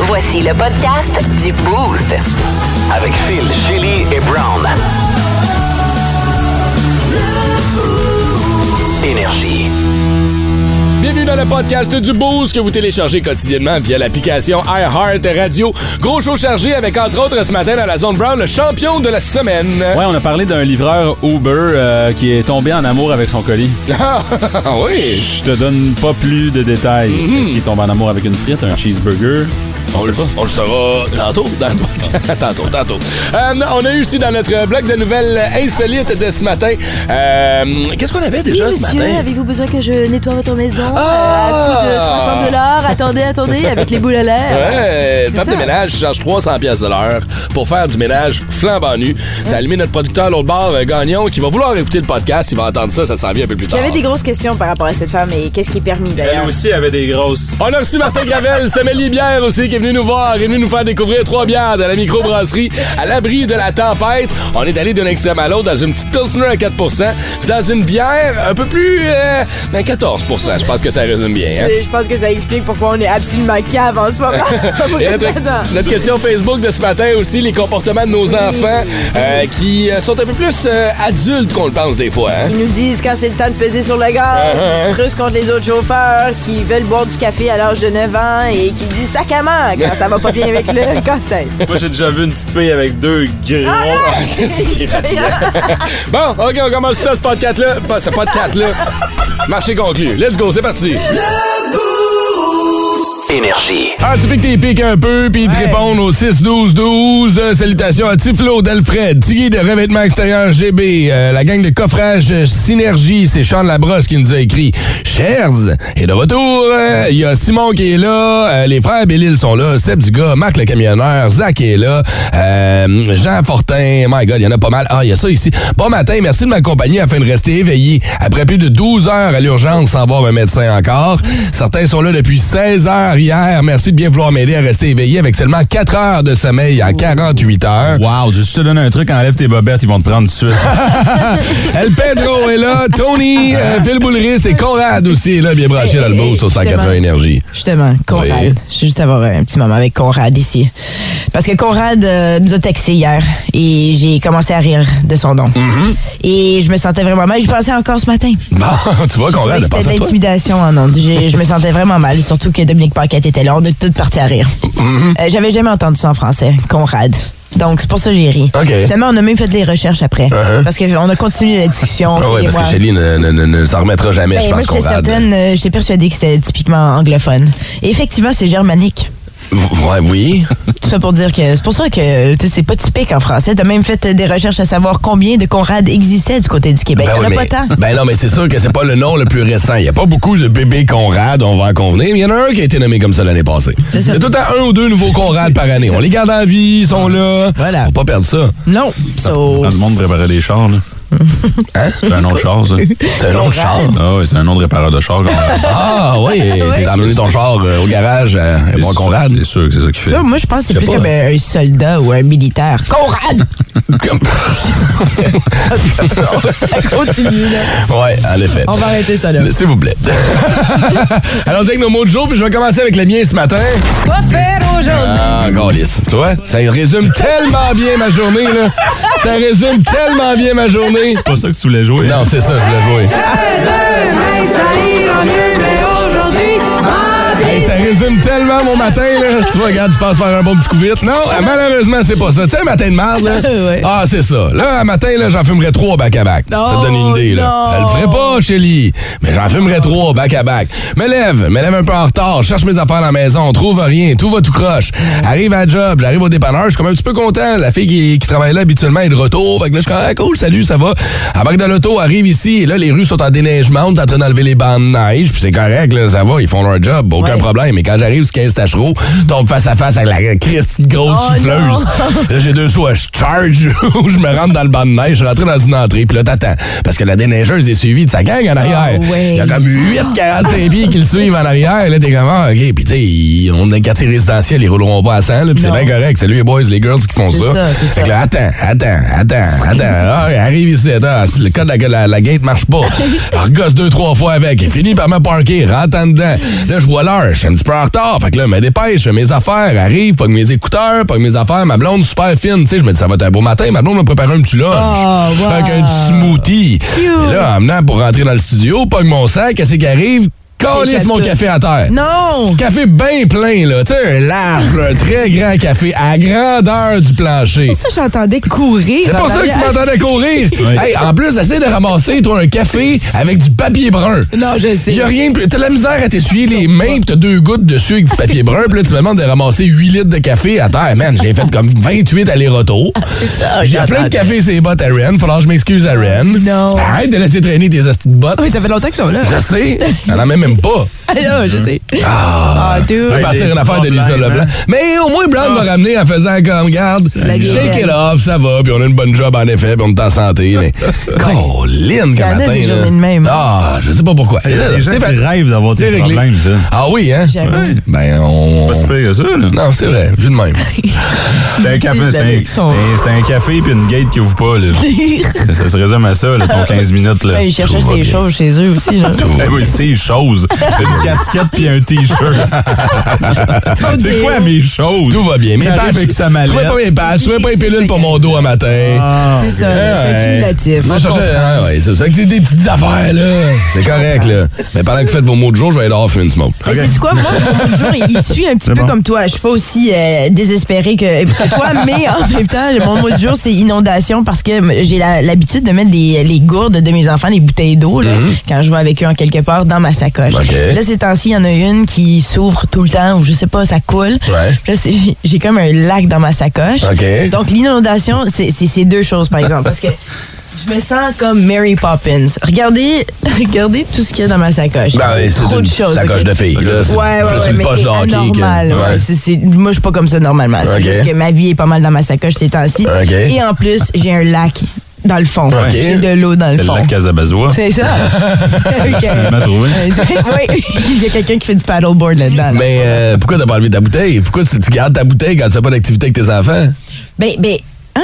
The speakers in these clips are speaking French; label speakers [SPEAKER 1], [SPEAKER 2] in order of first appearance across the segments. [SPEAKER 1] Voici le podcast du Boost.
[SPEAKER 2] Avec Phil, Chili et Brown. Énergie.
[SPEAKER 3] Bienvenue dans le podcast du Boost que vous téléchargez quotidiennement via l'application iHeart Radio. Gros show chargé avec entre autres ce matin dans la zone Brown, le champion de la semaine.
[SPEAKER 4] Ouais, on a parlé d'un livreur Uber euh, qui est tombé en amour avec son colis.
[SPEAKER 3] Ah oui.
[SPEAKER 4] Je te donne pas plus de détails. Est-ce qu'il tombe en amour avec une frite, un cheeseburger? Mhm. On
[SPEAKER 3] On
[SPEAKER 4] sait
[SPEAKER 3] le,
[SPEAKER 4] pas.
[SPEAKER 3] on le saura tantôt dans le podcast. tantôt, tantôt. Euh, on a eu aussi dans notre bloc de nouvelles insolites de ce matin. euh, Qu'est-ce qu'on avait déjà ce
[SPEAKER 5] Monsieur,
[SPEAKER 3] matin?
[SPEAKER 5] avez-vous besoin que je nettoie votre maison euh,
[SPEAKER 3] Ah!
[SPEAKER 5] à coût de 300 dollars Attendez, attendez, avec les boules à l'air.
[SPEAKER 3] Ouais,
[SPEAKER 5] C'est
[SPEAKER 3] femme de
[SPEAKER 5] ça.
[SPEAKER 3] ménage charge 300 pièces de l'heure pour faire du ménage flambant nu. Ça allume notre producteur l'autre bord, euh, Gagnon, qui va vouloir écouter le podcast. Il va entendre ça, ça s'en vient un peu plus tard.
[SPEAKER 6] J'avais des grosses questions par rapport à cette femme et qu'est-ce qui est permis d'ailleurs.
[SPEAKER 4] aussi avait des grosses.
[SPEAKER 3] On a reçu Martin Gravel, sommelier bière aussi, qui est venu nous voir, est venu nous faire découvrir trois bières de la microbrasserie à l'abri de la tempête. On est allé d'un extrême à l'autre dans une petite pilsner à 4 puis dans une bière un peu plus... Euh, ben 14 je pense que ça résume bien. Hein?
[SPEAKER 6] Et Euh, Je pense que ça explique pourquoi on est absolument cave en ce moment.
[SPEAKER 3] Et notre, notre question Facebook de ce matin aussi, les comportements de nos enfants euh, qui euh, sont un peu plus euh, adultes qu'on le pense des fois. Hein?
[SPEAKER 6] Ils nous disent quand c'est le temps de peser sur le gaz,
[SPEAKER 3] Uh-huh.
[SPEAKER 6] qui se frustrent contre les autres chauffeurs, qui veulent boire du café à l'âge de 9 ans et qui disent sac à main quand ça va pas bien avec le casse-tête.
[SPEAKER 4] Moi, j'ai déjà vu une petite fille avec deux gros.
[SPEAKER 3] Ah, Bon, ok, on commence ça, ce podcast-là. Pas ce podcast-là. Marché conclu. Let's go, c'est parti.
[SPEAKER 2] Énergie.
[SPEAKER 3] Ah, tu fais que t'es piques un peu, puis ils te répondent au 6-12-12. Euh, salutations à Tiflo d'Alfred, Tiggy de Revêtement Extérieur GB, euh, la gang de coffrage euh, Synergie, c'est Sean Labrosse qui nous a écrit. Chers, et de retour, euh, il y a Simon qui est là, euh, les frères Bellil sont là, Seb Dugas, Marc le camionneur, Zach est là, euh, Jean Fortin, my god, il y en a pas mal. Ah, il y a ça ici. Bon matin, merci de m'accompagner afin de rester éveillé après plus de 12 heures à l'urgence sans voir un médecin encore. Certains sont là depuis 16 heures hier. Merci de bien vouloir m'aider à rester éveillé avec seulement 4 heures de sommeil en 48 heures.
[SPEAKER 4] Wow, je te donne un truc, enlève tes bobettes, ils vont te prendre tout de suite.
[SPEAKER 3] El Pedro est là, Tony, euh, Phil Boulris et Conrad aussi est là, bien branché dans le boost au 180 énergie.
[SPEAKER 6] Justement, Conrad.
[SPEAKER 3] Oui.
[SPEAKER 6] Je vais juste avoir un petit moment avec Conrad ici. Parce que Conrad euh, nous a texté hier et j'ai commencé à rire de son nom.
[SPEAKER 3] Mm-hmm.
[SPEAKER 6] Et je me sentais vraiment mal. J'y pensais encore ce matin.
[SPEAKER 3] Bon, tu vois,
[SPEAKER 6] Je trouvais
[SPEAKER 3] Conrad,
[SPEAKER 6] que
[SPEAKER 3] pense
[SPEAKER 6] C'était
[SPEAKER 3] à
[SPEAKER 6] de
[SPEAKER 3] toi.
[SPEAKER 6] l'intimidation en ondes. J'ai- Je me sentais vraiment mal, surtout que Dominique Paquette était là. On est toutes parties à rire.
[SPEAKER 3] Mm-hmm.
[SPEAKER 6] Euh, J'avais jamais entendu ça en français, Conrad. Donc, c'est pour ça que j'ai ri.
[SPEAKER 3] OK.
[SPEAKER 6] Finalement, on a même fait des recherches après.
[SPEAKER 3] Uh-huh.
[SPEAKER 6] Parce qu'on a continué la discussion.
[SPEAKER 3] Ah oui,
[SPEAKER 6] et
[SPEAKER 3] parce que
[SPEAKER 6] moi-
[SPEAKER 3] Shelly ne, ne- ne- ne s'en remettra jamais,
[SPEAKER 6] Ben,
[SPEAKER 3] je
[SPEAKER 6] moi,
[SPEAKER 3] pense,
[SPEAKER 6] j'étais
[SPEAKER 3] Conrad.
[SPEAKER 6] certaine, euh, j'étais persuadée que c'était typiquement anglophone. Et effectivement, c'est germanique.
[SPEAKER 3] Ouais, oui.
[SPEAKER 6] Tout ça pour dire que c'est pour ça que tu sais, c'est pas typique en français. T'as même fait euh, des recherches à savoir combien de Conrad existait du côté du Québec. Il y en a
[SPEAKER 3] oui,
[SPEAKER 6] pas
[SPEAKER 3] mais-
[SPEAKER 6] tant.
[SPEAKER 3] ben non, mais c'est sûr que c'est pas le nom le plus récent. Il n'y a pas beaucoup de bébés Conrad, on va en convenir, mais il y en a un qui a été nommé comme ça l'année passée.
[SPEAKER 6] C'est ça.
[SPEAKER 3] Il y a tout le temps un ou deux nouveaux Conrad par année. On les garde en vie, ils sont là.
[SPEAKER 6] Voilà.
[SPEAKER 3] Faut pas perdre ça.
[SPEAKER 6] Non. So,
[SPEAKER 4] Dans le monde réparer les chars, là. Hein? C'est un nom de char, ça.
[SPEAKER 3] C'est un nom de char.
[SPEAKER 4] Ah oui, c'est un nom de répareur de char. Conrad.
[SPEAKER 3] Ah oui, t'as emmené ton char euh, au garage euh, et voir Conrad.
[SPEAKER 4] C'est sûr que c'est ça qu'il fait.
[SPEAKER 6] ça, moi, je pense que c'est
[SPEAKER 3] Je sais
[SPEAKER 6] plus
[SPEAKER 3] pas.
[SPEAKER 6] comme euh, un soldat ou un militaire. Conrad!
[SPEAKER 3] Comme-
[SPEAKER 6] Ça continue, là.
[SPEAKER 3] ouais, en effet.
[SPEAKER 6] On va arrêter ça, là.
[SPEAKER 3] S'il vous plaît. Allons-y avec nos mots de jour, puis je vais commencer avec le mien ce matin.
[SPEAKER 6] Quoi faire aujourd'hui?
[SPEAKER 3] Ah, câlisse. Tu vois, ça résume tellement bien ma journée, là. Ça résume tellement bien ma journée.
[SPEAKER 4] C'est pas ça que tu voulais jouer.
[SPEAKER 3] Non, c'est ça, je voulais jouer. Hey, ça résume tellement mon matin, là. Tu vois, regarde, tu passes faire un bon petit coup vite. Non, euh, malheureusement, c'est pas ça. Tu sais, un matin de marde, là.
[SPEAKER 6] Ouais.
[SPEAKER 3] Ah, c'est ça. Là, un matin, là, j'en fumerais trois back-à-back. ça te donne une idée, là.
[SPEAKER 6] non.
[SPEAKER 3] Elle le ferait pas, Chélie. Mais j'en fumerais trois back-à-back. Me lève, me lève un peu en retard, cherche mes affaires à la maison, trouve rien, tout va tout croche. Arrive à la job, j'arrive au dépanneur, je suis comme un petit peu content. La fille qui, qui travaille là habituellement est de retour. Fait que là, je suis comme, ah, cool, salut, ça va. Embarque dans l'auto, arrive ici, et là, les rues sont en déneigement, on est en train d'enlever les bandes de neige, puis c'est correct, là, ça va, ils font leur job, aucun problème. Mais quand j'arrive, c'est 15 tachereaux, tombe face à face avec la Christie de grosse
[SPEAKER 6] Oh,
[SPEAKER 3] souffleuse.
[SPEAKER 6] non.
[SPEAKER 3] Là, j'ai deux sous, je charge ou je me rentre dans le banc de neige. Je suis rentré dans une entrée, puis là, t'attends. Parce que la déneigeuse est suivie de sa gang en arrière.
[SPEAKER 6] Ah, ouais.
[SPEAKER 3] Il y a comme 8 45 pieds qui le suivent en arrière. Là, t'es comme, ah, OK. Puis, tu sais, ils- on est un quartier résidentiel, ils rouleront pas à 100, là, puis c'est
[SPEAKER 6] Non.
[SPEAKER 3] bien correct. C'est lui, les boys, les girls qui font
[SPEAKER 6] C'est
[SPEAKER 3] ça.
[SPEAKER 6] ça, c'est
[SPEAKER 3] Fait que
[SPEAKER 6] ça.
[SPEAKER 3] là, attends, attends, attends, attends. Ah, arrive ici, attends. Si le code de la, la, la gate Ah, marche pas, alors gosse deux, trois fois avec. Il finit par me parker, rentre en dedans. Là, je vois l'heure. Je suis un petit peu en retard. Fait que là, je me dépêche, je fais mes affaires arrivent, pas que mes écouteurs, pas que mes affaires, ma blonde super fine. Tu sais, je me dis, ça va être un beau matin. Ma blonde m'a préparé un petit lunch.
[SPEAKER 6] Oh, wow.
[SPEAKER 3] Avec un petit smoothie. Et là, en venant pour rentrer dans le studio, pas que mon sac, qu'est-ce qui arrive? Calisse
[SPEAKER 6] T'échappes
[SPEAKER 3] mon
[SPEAKER 6] tout.
[SPEAKER 3] café à terre.
[SPEAKER 6] Non!
[SPEAKER 3] Café bien plein, là. Tu sais, un large, un très grand café à grandeur du plancher.
[SPEAKER 6] C'est pour ça que j'entendais courir.
[SPEAKER 3] C'est pour ça que tu m'entendais courir. Hey, en plus, essaie de ramasser, toi, un café avec du papier brun.
[SPEAKER 6] Non, je sais.
[SPEAKER 3] Y a rien de plus. T'as la misère à t'essuyer les mains, pis t'as deux gouttes dessus avec du papier brun, puis là, tu me demandes de ramasser 8 litres de café à terre. Man, j'ai fait comme 28 allers-retours.
[SPEAKER 6] Ah, C'est ça,
[SPEAKER 3] J'ai plein de
[SPEAKER 6] j'entendais.
[SPEAKER 3] café sur les bottes à Ren. Falloir que je m'excuse à Ren.
[SPEAKER 6] Non.
[SPEAKER 3] Arrête de laisser traîner tes hosties de bottes.
[SPEAKER 6] Oui, ça fait longtemps qu'ils sont là.
[SPEAKER 3] Je sais. Hein? Elle en met même pas.
[SPEAKER 6] Ah, là, je sais. Ah, dude.
[SPEAKER 3] On va partir une affaire de Lisa
[SPEAKER 4] problèmes,
[SPEAKER 3] Leblanc. Mais au moins, Brown va ramener en faisant comme, garde,
[SPEAKER 6] La
[SPEAKER 3] shake it
[SPEAKER 6] gueule.
[SPEAKER 3] off, ça va, puis on a une bonne job en effet, puis on est en santé. Mais Colin,
[SPEAKER 6] y en
[SPEAKER 3] qu'un
[SPEAKER 6] a
[SPEAKER 3] matin.
[SPEAKER 6] des
[SPEAKER 3] là.
[SPEAKER 6] journées de même. hein.
[SPEAKER 3] Ah, je sais pas pourquoi.
[SPEAKER 7] Les gens
[SPEAKER 3] C'est
[SPEAKER 7] qui
[SPEAKER 3] fait-
[SPEAKER 7] rêvent d'avoir
[SPEAKER 3] c'est
[SPEAKER 7] des
[SPEAKER 3] réglé.
[SPEAKER 7] problèmes, ça.
[SPEAKER 3] Ah oui, hein?
[SPEAKER 6] J'avoue.
[SPEAKER 7] Ouais.
[SPEAKER 3] Ben, on.
[SPEAKER 7] Pas si pire que ça, là.
[SPEAKER 3] Non, c'est vrai, vu de même.
[SPEAKER 7] C'est Ben, un café, c'est un, ben,
[SPEAKER 6] Ils sont-
[SPEAKER 7] c'est- c'est un café puis une gate qui ouvre pas, là. ça, ça se résume à ça, là, ton 15 minutes, là.
[SPEAKER 6] Ouais, Ben, Ils cherchaient ces choses chez eux aussi. là.
[SPEAKER 7] Ben oui, c'est choses. Une casquette puis un t-shirt. c'est quoi mes choses?
[SPEAKER 3] Tout va bien. Mes
[SPEAKER 7] Il arrive
[SPEAKER 3] pages.
[SPEAKER 7] avec sa
[SPEAKER 3] Tu
[SPEAKER 7] mallette. Ah,
[SPEAKER 3] trouvais pas mes pages, tu trouvais pas une pilule pour mon dos un matin.
[SPEAKER 6] C'est ça, là, c'est hein, accumulatif.
[SPEAKER 3] Ah, Moi, je cherchais.
[SPEAKER 6] Bon.
[SPEAKER 3] ah, ouais, c'est ça que c'est des petites affaires, là. C'est correct, là. Mais pendant que vous faites vos mots de jour, je vais aller dehors fumer une smoke.
[SPEAKER 6] Mais sais-tu quoi, moi, mon jour, il, il suit un petit peu comme toi. Je suis pas aussi euh, désespérée que, que toi, mais en même temps, mon mot du jour, c'est inondation parce que m- j'ai la- l'habitude de mettre des- les gourdes de mes enfants, les bouteilles d'eau, là, quand je vais avec eux en quelque part, dans ma sacoche.
[SPEAKER 3] Mhm. OK.
[SPEAKER 6] Là, ces temps-ci, il y en a une qui s'ouvre tout le temps, ou je sais pas, ça coule.
[SPEAKER 3] Ouais.
[SPEAKER 6] Là, c'est- j'ai- j'ai comme un lac dans ma sacoche.
[SPEAKER 3] OK.
[SPEAKER 6] Donc, l'inondation, c'est c'est ces deux choses, par exemple. Parce que je me sens comme Mary Poppins. Regardez, regardez tout ce qu'il y a dans ma sacoche.
[SPEAKER 3] Ben, ouais, c'est
[SPEAKER 6] Bah, Trop
[SPEAKER 3] une
[SPEAKER 6] de choses.
[SPEAKER 3] sacoche
[SPEAKER 6] ok?
[SPEAKER 3] de fille, là. C'est
[SPEAKER 6] Ouais, ouais,
[SPEAKER 3] plus
[SPEAKER 6] ouais,
[SPEAKER 3] une
[SPEAKER 6] mais
[SPEAKER 3] poche
[SPEAKER 6] c'est
[SPEAKER 3] de hockey que-
[SPEAKER 6] anormal, ouais.
[SPEAKER 3] Ouais.
[SPEAKER 6] C'est- c'est- moi, je suis pas comme ça normalement. C'est
[SPEAKER 3] Ok.
[SPEAKER 6] juste que ma vie est pas mal dans ma sacoche ces temps-ci.
[SPEAKER 3] Ok.
[SPEAKER 6] Et en plus, j'ai un lac dans le fond.
[SPEAKER 3] Ok.
[SPEAKER 6] J'ai de l'eau dans le
[SPEAKER 7] C'est
[SPEAKER 6] fond.
[SPEAKER 7] la Casabazois.
[SPEAKER 6] C'est ça. OK.
[SPEAKER 7] m'a trouvé.
[SPEAKER 6] oui, il y a quelqu'un qui fait du paddleboard là-dedans. là.
[SPEAKER 3] Mais euh, pourquoi t'as pas enlevé ta bouteille? Pourquoi tu, tu gardes ta bouteille quand tu n'as pas d'activité avec tes enfants?
[SPEAKER 6] Ben, ben, hein?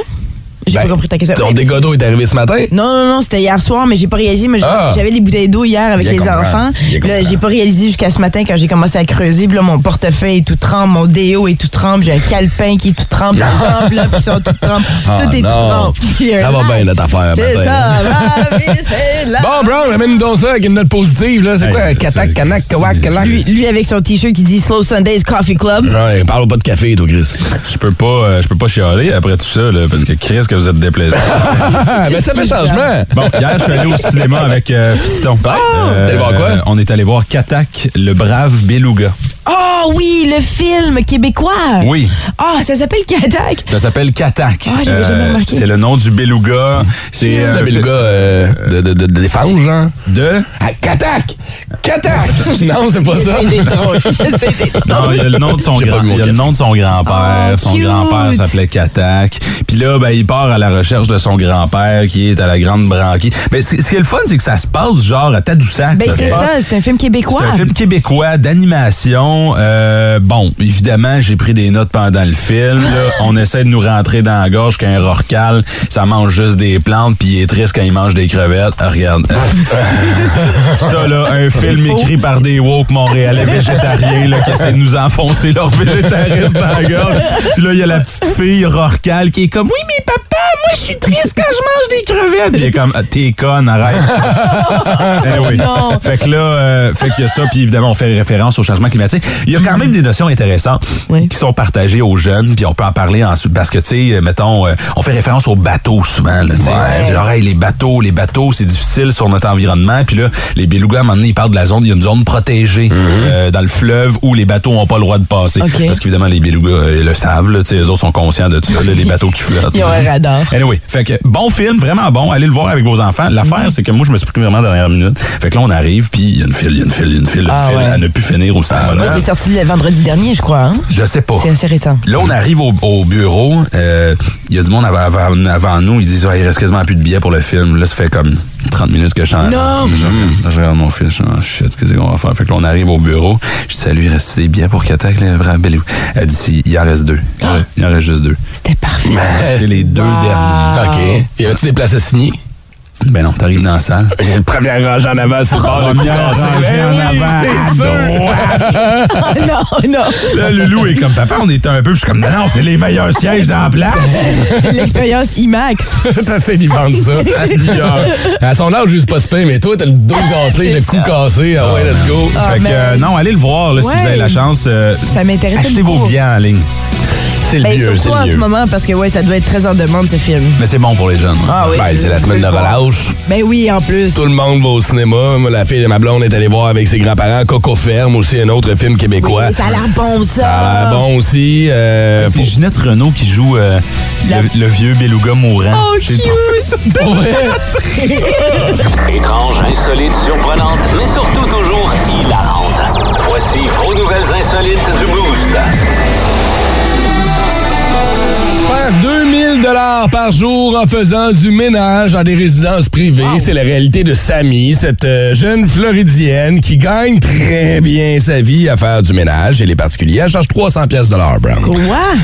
[SPEAKER 6] J'ai
[SPEAKER 3] Ben,
[SPEAKER 6] pas compris ta question.
[SPEAKER 3] Ton
[SPEAKER 6] Ben,
[SPEAKER 3] dégât d'eau est arrivé ce matin?
[SPEAKER 6] Non, non, non, c'était hier soir, mais j'ai pas réalisé. mais
[SPEAKER 3] Ah.
[SPEAKER 6] J'avais les bouteilles d'eau hier avec
[SPEAKER 3] Je
[SPEAKER 6] les
[SPEAKER 3] comprends.
[SPEAKER 6] enfants.
[SPEAKER 3] Je
[SPEAKER 6] Là,
[SPEAKER 3] comprends.
[SPEAKER 6] j'ai pas réalisé jusqu'à ce matin quand j'ai commencé à creuser. Puis là, mon portefeuille est tout tremble, mon déo est tout tremble, j'ai un calepin qui est tout tremble, les enveloppes qui sont toutes trembles.
[SPEAKER 3] Ah,
[SPEAKER 6] tout est tout
[SPEAKER 3] non.
[SPEAKER 6] tremble. Puis, euh,
[SPEAKER 3] Ça va bien, notre affaire,
[SPEAKER 6] C'est
[SPEAKER 3] matin. hein.
[SPEAKER 6] ça, ma vie, c'est là.
[SPEAKER 3] Bon, ben. Brown, ramène-nous donc ça avec une note positive, là. C'est
[SPEAKER 7] Hey,
[SPEAKER 3] quoi?
[SPEAKER 7] c'est-
[SPEAKER 3] Katak, kanak,
[SPEAKER 7] c'est-
[SPEAKER 3] kawak, kalak?
[SPEAKER 6] Lui, lui avec son t-shirt qui dit Slow Sundays Coffee Club.
[SPEAKER 3] Ouais, parle pas de café, toi, Chris.
[SPEAKER 7] Je peux pas, euh, je peux pas chialer après tout ça, là, parce que qu'est-ce que vous êtes déplaisant.
[SPEAKER 3] Ah, mais ça fait changement.
[SPEAKER 7] Bon, hier, je suis allé au cinéma avec euh, Fiston. Euh,
[SPEAKER 3] Ah! T'es allé voir quoi?
[SPEAKER 7] On est allé voir Katak, le brave Beluga.
[SPEAKER 6] Oh oui, le film québécois.
[SPEAKER 7] Oui.
[SPEAKER 6] Ah, ça s'appelle Kadak.
[SPEAKER 7] Ça s'appelle Katak. Euh,
[SPEAKER 6] Ah, j'avais jamais remarqué.
[SPEAKER 7] c'est le nom du beluga. C'est
[SPEAKER 3] Vous
[SPEAKER 7] euh,
[SPEAKER 3] avez le gars euh, de, de, de, de défense, genre?
[SPEAKER 7] de.
[SPEAKER 3] Ah, Katak! Katak! non, c'est pas ça.
[SPEAKER 6] C'est des drôles. C'est des drôles.
[SPEAKER 7] Non, il y a le nom de son
[SPEAKER 3] J'ai pas
[SPEAKER 7] grand,
[SPEAKER 3] le mot
[SPEAKER 7] il y a le
[SPEAKER 3] café.
[SPEAKER 7] nom de son grand-père.
[SPEAKER 6] Oh,
[SPEAKER 7] son
[SPEAKER 6] cute.
[SPEAKER 7] grand-père s'appelait Katak. Puis là, ben, il part à la recherche de son grand-père qui est à la grande branquille. Mais ce ce qui est le fun, c'est que ça se passe genre à Tadoussac.
[SPEAKER 6] Ben,
[SPEAKER 7] se
[SPEAKER 6] c'est
[SPEAKER 7] passe.
[SPEAKER 6] ça, c'est un film québécois.
[SPEAKER 7] C'est un film québécois d'animation. Euh, bon, évidemment, j'ai pris des notes pendant le film. là. On essaie de nous rentrer dans la gorge qu'un rorcal, ça mange juste des plantes, puis il est triste quand il mange des crevettes. Ah, regarde. Euh, ça, là, un film écrit par des woke montréalais végétariens là, qui essaient de nous enfoncer leur végétarisme dans la gorge. Puis là, il y a la petite fille rorcal qui est comme Oui, mais papa, moi, je suis triste quand je mange des crevettes. Puis il est comme Ah, T'es conne, arrête. Eh oui.
[SPEAKER 6] Non.
[SPEAKER 7] Fait que là, euh, fait qu'il y a ça, puis évidemment, on fait référence au changement climatique. Il y a quand même des notions intéressantes
[SPEAKER 6] Mm. Oui.
[SPEAKER 7] qui sont partagées aux jeunes, puis on peut en parler ensuite. Parce que, tu sais, euh, mettons, euh, on fait référence aux bateaux souvent. Là, tu sais. Euh, Genre, hey, les bateaux, les bateaux, c'est difficile sur notre environnement. Puis là, les belugas, à un moment donné, ils parlent de la zone, il y a une zone protégée euh, dans le fleuve où les bateaux n'ont pas le droit de passer.
[SPEAKER 6] OK.
[SPEAKER 7] Parce qu'évidemment, les belugas euh, ils le savent, là, tu sais, les autres sont conscients de tout ça, là, les bateaux qui flottent.
[SPEAKER 6] Ils ont un radar.
[SPEAKER 7] Anyway, fait que bon film, vraiment bon. Allez le voir avec vos enfants.
[SPEAKER 6] Mm.
[SPEAKER 7] L'affaire, c'est que moi, je me suis pris vraiment dernière minute. Fait que là, on arrive, puis il y a une file, il y a une file, il y a une file, il y a une
[SPEAKER 6] Ah
[SPEAKER 7] file
[SPEAKER 6] ouais.
[SPEAKER 7] à ne plus finir au cinéma.
[SPEAKER 3] Hein?
[SPEAKER 6] Moi, c'est sorti le vendredi dernier, je crois. hein?
[SPEAKER 7] je sais pas.
[SPEAKER 6] C'est assez récent.
[SPEAKER 7] Là, on arrive au, au bureau. euh, Il y a du monde avant, avant- avant nous. Ils disent Ah, il reste quasiment plus de billets pour le film. Là, ça fait comme 30 minutes que je suis en-
[SPEAKER 6] Non!
[SPEAKER 7] Je, là, je regarde mon fils. Je dis, Ah, shit, qu'est-ce qu'on va faire? Fait que là, on arrive au bureau. Je dis Salut, il reste des billets pour Katak, là, vraiment, Belou? Elle dit Si, Il en reste deux.
[SPEAKER 6] Ah.
[SPEAKER 7] Ouais, Il en reste juste deux.
[SPEAKER 3] Ah,
[SPEAKER 6] C'était parfait.
[SPEAKER 7] J'ai acheté les deux derniers.
[SPEAKER 3] OK. Y avait-tu des places à signer?
[SPEAKER 7] Ben non, t'arrives dans la salle.
[SPEAKER 3] J'ai le premier rangé en avant, c'est le bord de
[SPEAKER 7] Première
[SPEAKER 3] coucou.
[SPEAKER 7] rangée en
[SPEAKER 3] Ben oui,
[SPEAKER 7] avant, à
[SPEAKER 3] C'est sûr.
[SPEAKER 6] Ah non, non.
[SPEAKER 7] Là, Loulou est comme papa, on était un peu. puis Je suis comme non, non, c'est les meilleurs sièges dans la place.
[SPEAKER 6] C'est l'expérience IMAX.
[SPEAKER 3] Ça fait d'y vendre ça.
[SPEAKER 7] hein.
[SPEAKER 3] À son âge, juste pas se pain, mais toi, t'as le dos
[SPEAKER 7] Ah,
[SPEAKER 3] cassé,
[SPEAKER 6] C'est
[SPEAKER 3] le cou
[SPEAKER 6] ça.
[SPEAKER 3] cassé. Ah ouais, let's go.
[SPEAKER 6] Ah,
[SPEAKER 7] fait que
[SPEAKER 6] mais-
[SPEAKER 7] euh, non, allez le voir là, si
[SPEAKER 6] Ouais.
[SPEAKER 7] vous avez la chance. euh,
[SPEAKER 6] Ça m'intéressait
[SPEAKER 7] Achetez
[SPEAKER 6] beaucoup.
[SPEAKER 7] vos billets en ligne.
[SPEAKER 3] C'est le
[SPEAKER 6] Ben,
[SPEAKER 3] mieux, c'est
[SPEAKER 6] surtout en
[SPEAKER 3] le
[SPEAKER 6] ce
[SPEAKER 3] mieux.
[SPEAKER 6] moment, parce que ouais, ça doit être très en demande, ce film.
[SPEAKER 7] Mais c'est bon pour les jeunes.
[SPEAKER 6] Ah oui.
[SPEAKER 3] Ben, c'est la semaine de relâche.
[SPEAKER 6] Ben oui, en plus.
[SPEAKER 3] Tout le monde va au cinéma. Moi, la fille de ma blonde est allée voir avec ses grands-parents Coco Ferme, aussi un autre film québécois.
[SPEAKER 6] Oui, ça a l'air bon, ça.
[SPEAKER 3] Ça a l'air Ah, bon aussi. euh,
[SPEAKER 7] Ah, C'est
[SPEAKER 3] faut-
[SPEAKER 7] Ginette Renault qui joue euh,
[SPEAKER 6] La-
[SPEAKER 7] le, le vieux beluga mourant.
[SPEAKER 6] Oh,
[SPEAKER 7] J'ai
[SPEAKER 6] cute.
[SPEAKER 7] trouvé ça
[SPEAKER 3] Pour vrai?
[SPEAKER 2] Étrange, insolite, surprenante, mais surtout toujours hilarante. Voici vos nouvelles insolites du Boost.
[SPEAKER 3] Faire 2000 dollars par jour en faisant du ménage dans des résidences privées, c'est la réalité de Samy, cette euh, jeune Floridienne qui gagne très bien sa vie à faire du ménage et les particuliers elle charge 300 pièces de l'heure, Brown.
[SPEAKER 6] Quoi?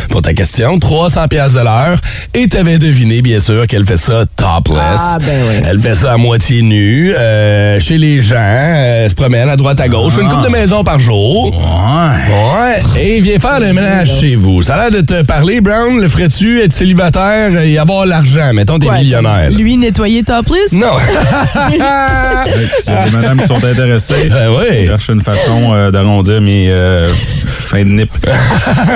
[SPEAKER 3] Pour ta question, 300 pièces de l'heure et t'avais deviné bien sûr qu'elle fait ça topless.
[SPEAKER 6] Ah, ben oui.
[SPEAKER 3] Elle fait ça à moitié nue, euh, chez les gens, euh, elle se promène à droite à gauche, fait une coupe de maison par jour.
[SPEAKER 7] Ouais.
[SPEAKER 3] Ouais, et viens faire le ménage chez vous. Ça a l'air de te parler, Brown. Le ferais-tu être célibataire et avoir l'argent? Mettons, t'es
[SPEAKER 6] Ouais.
[SPEAKER 3] millionnaire. là.
[SPEAKER 6] Lui, nettoyer topless?
[SPEAKER 3] Non.
[SPEAKER 7] S'il y a des madames qui sont intéressées,
[SPEAKER 3] Ben
[SPEAKER 7] je
[SPEAKER 3] oui.
[SPEAKER 7] cherche une façon euh, d'arrondir mes euh, fins de nip.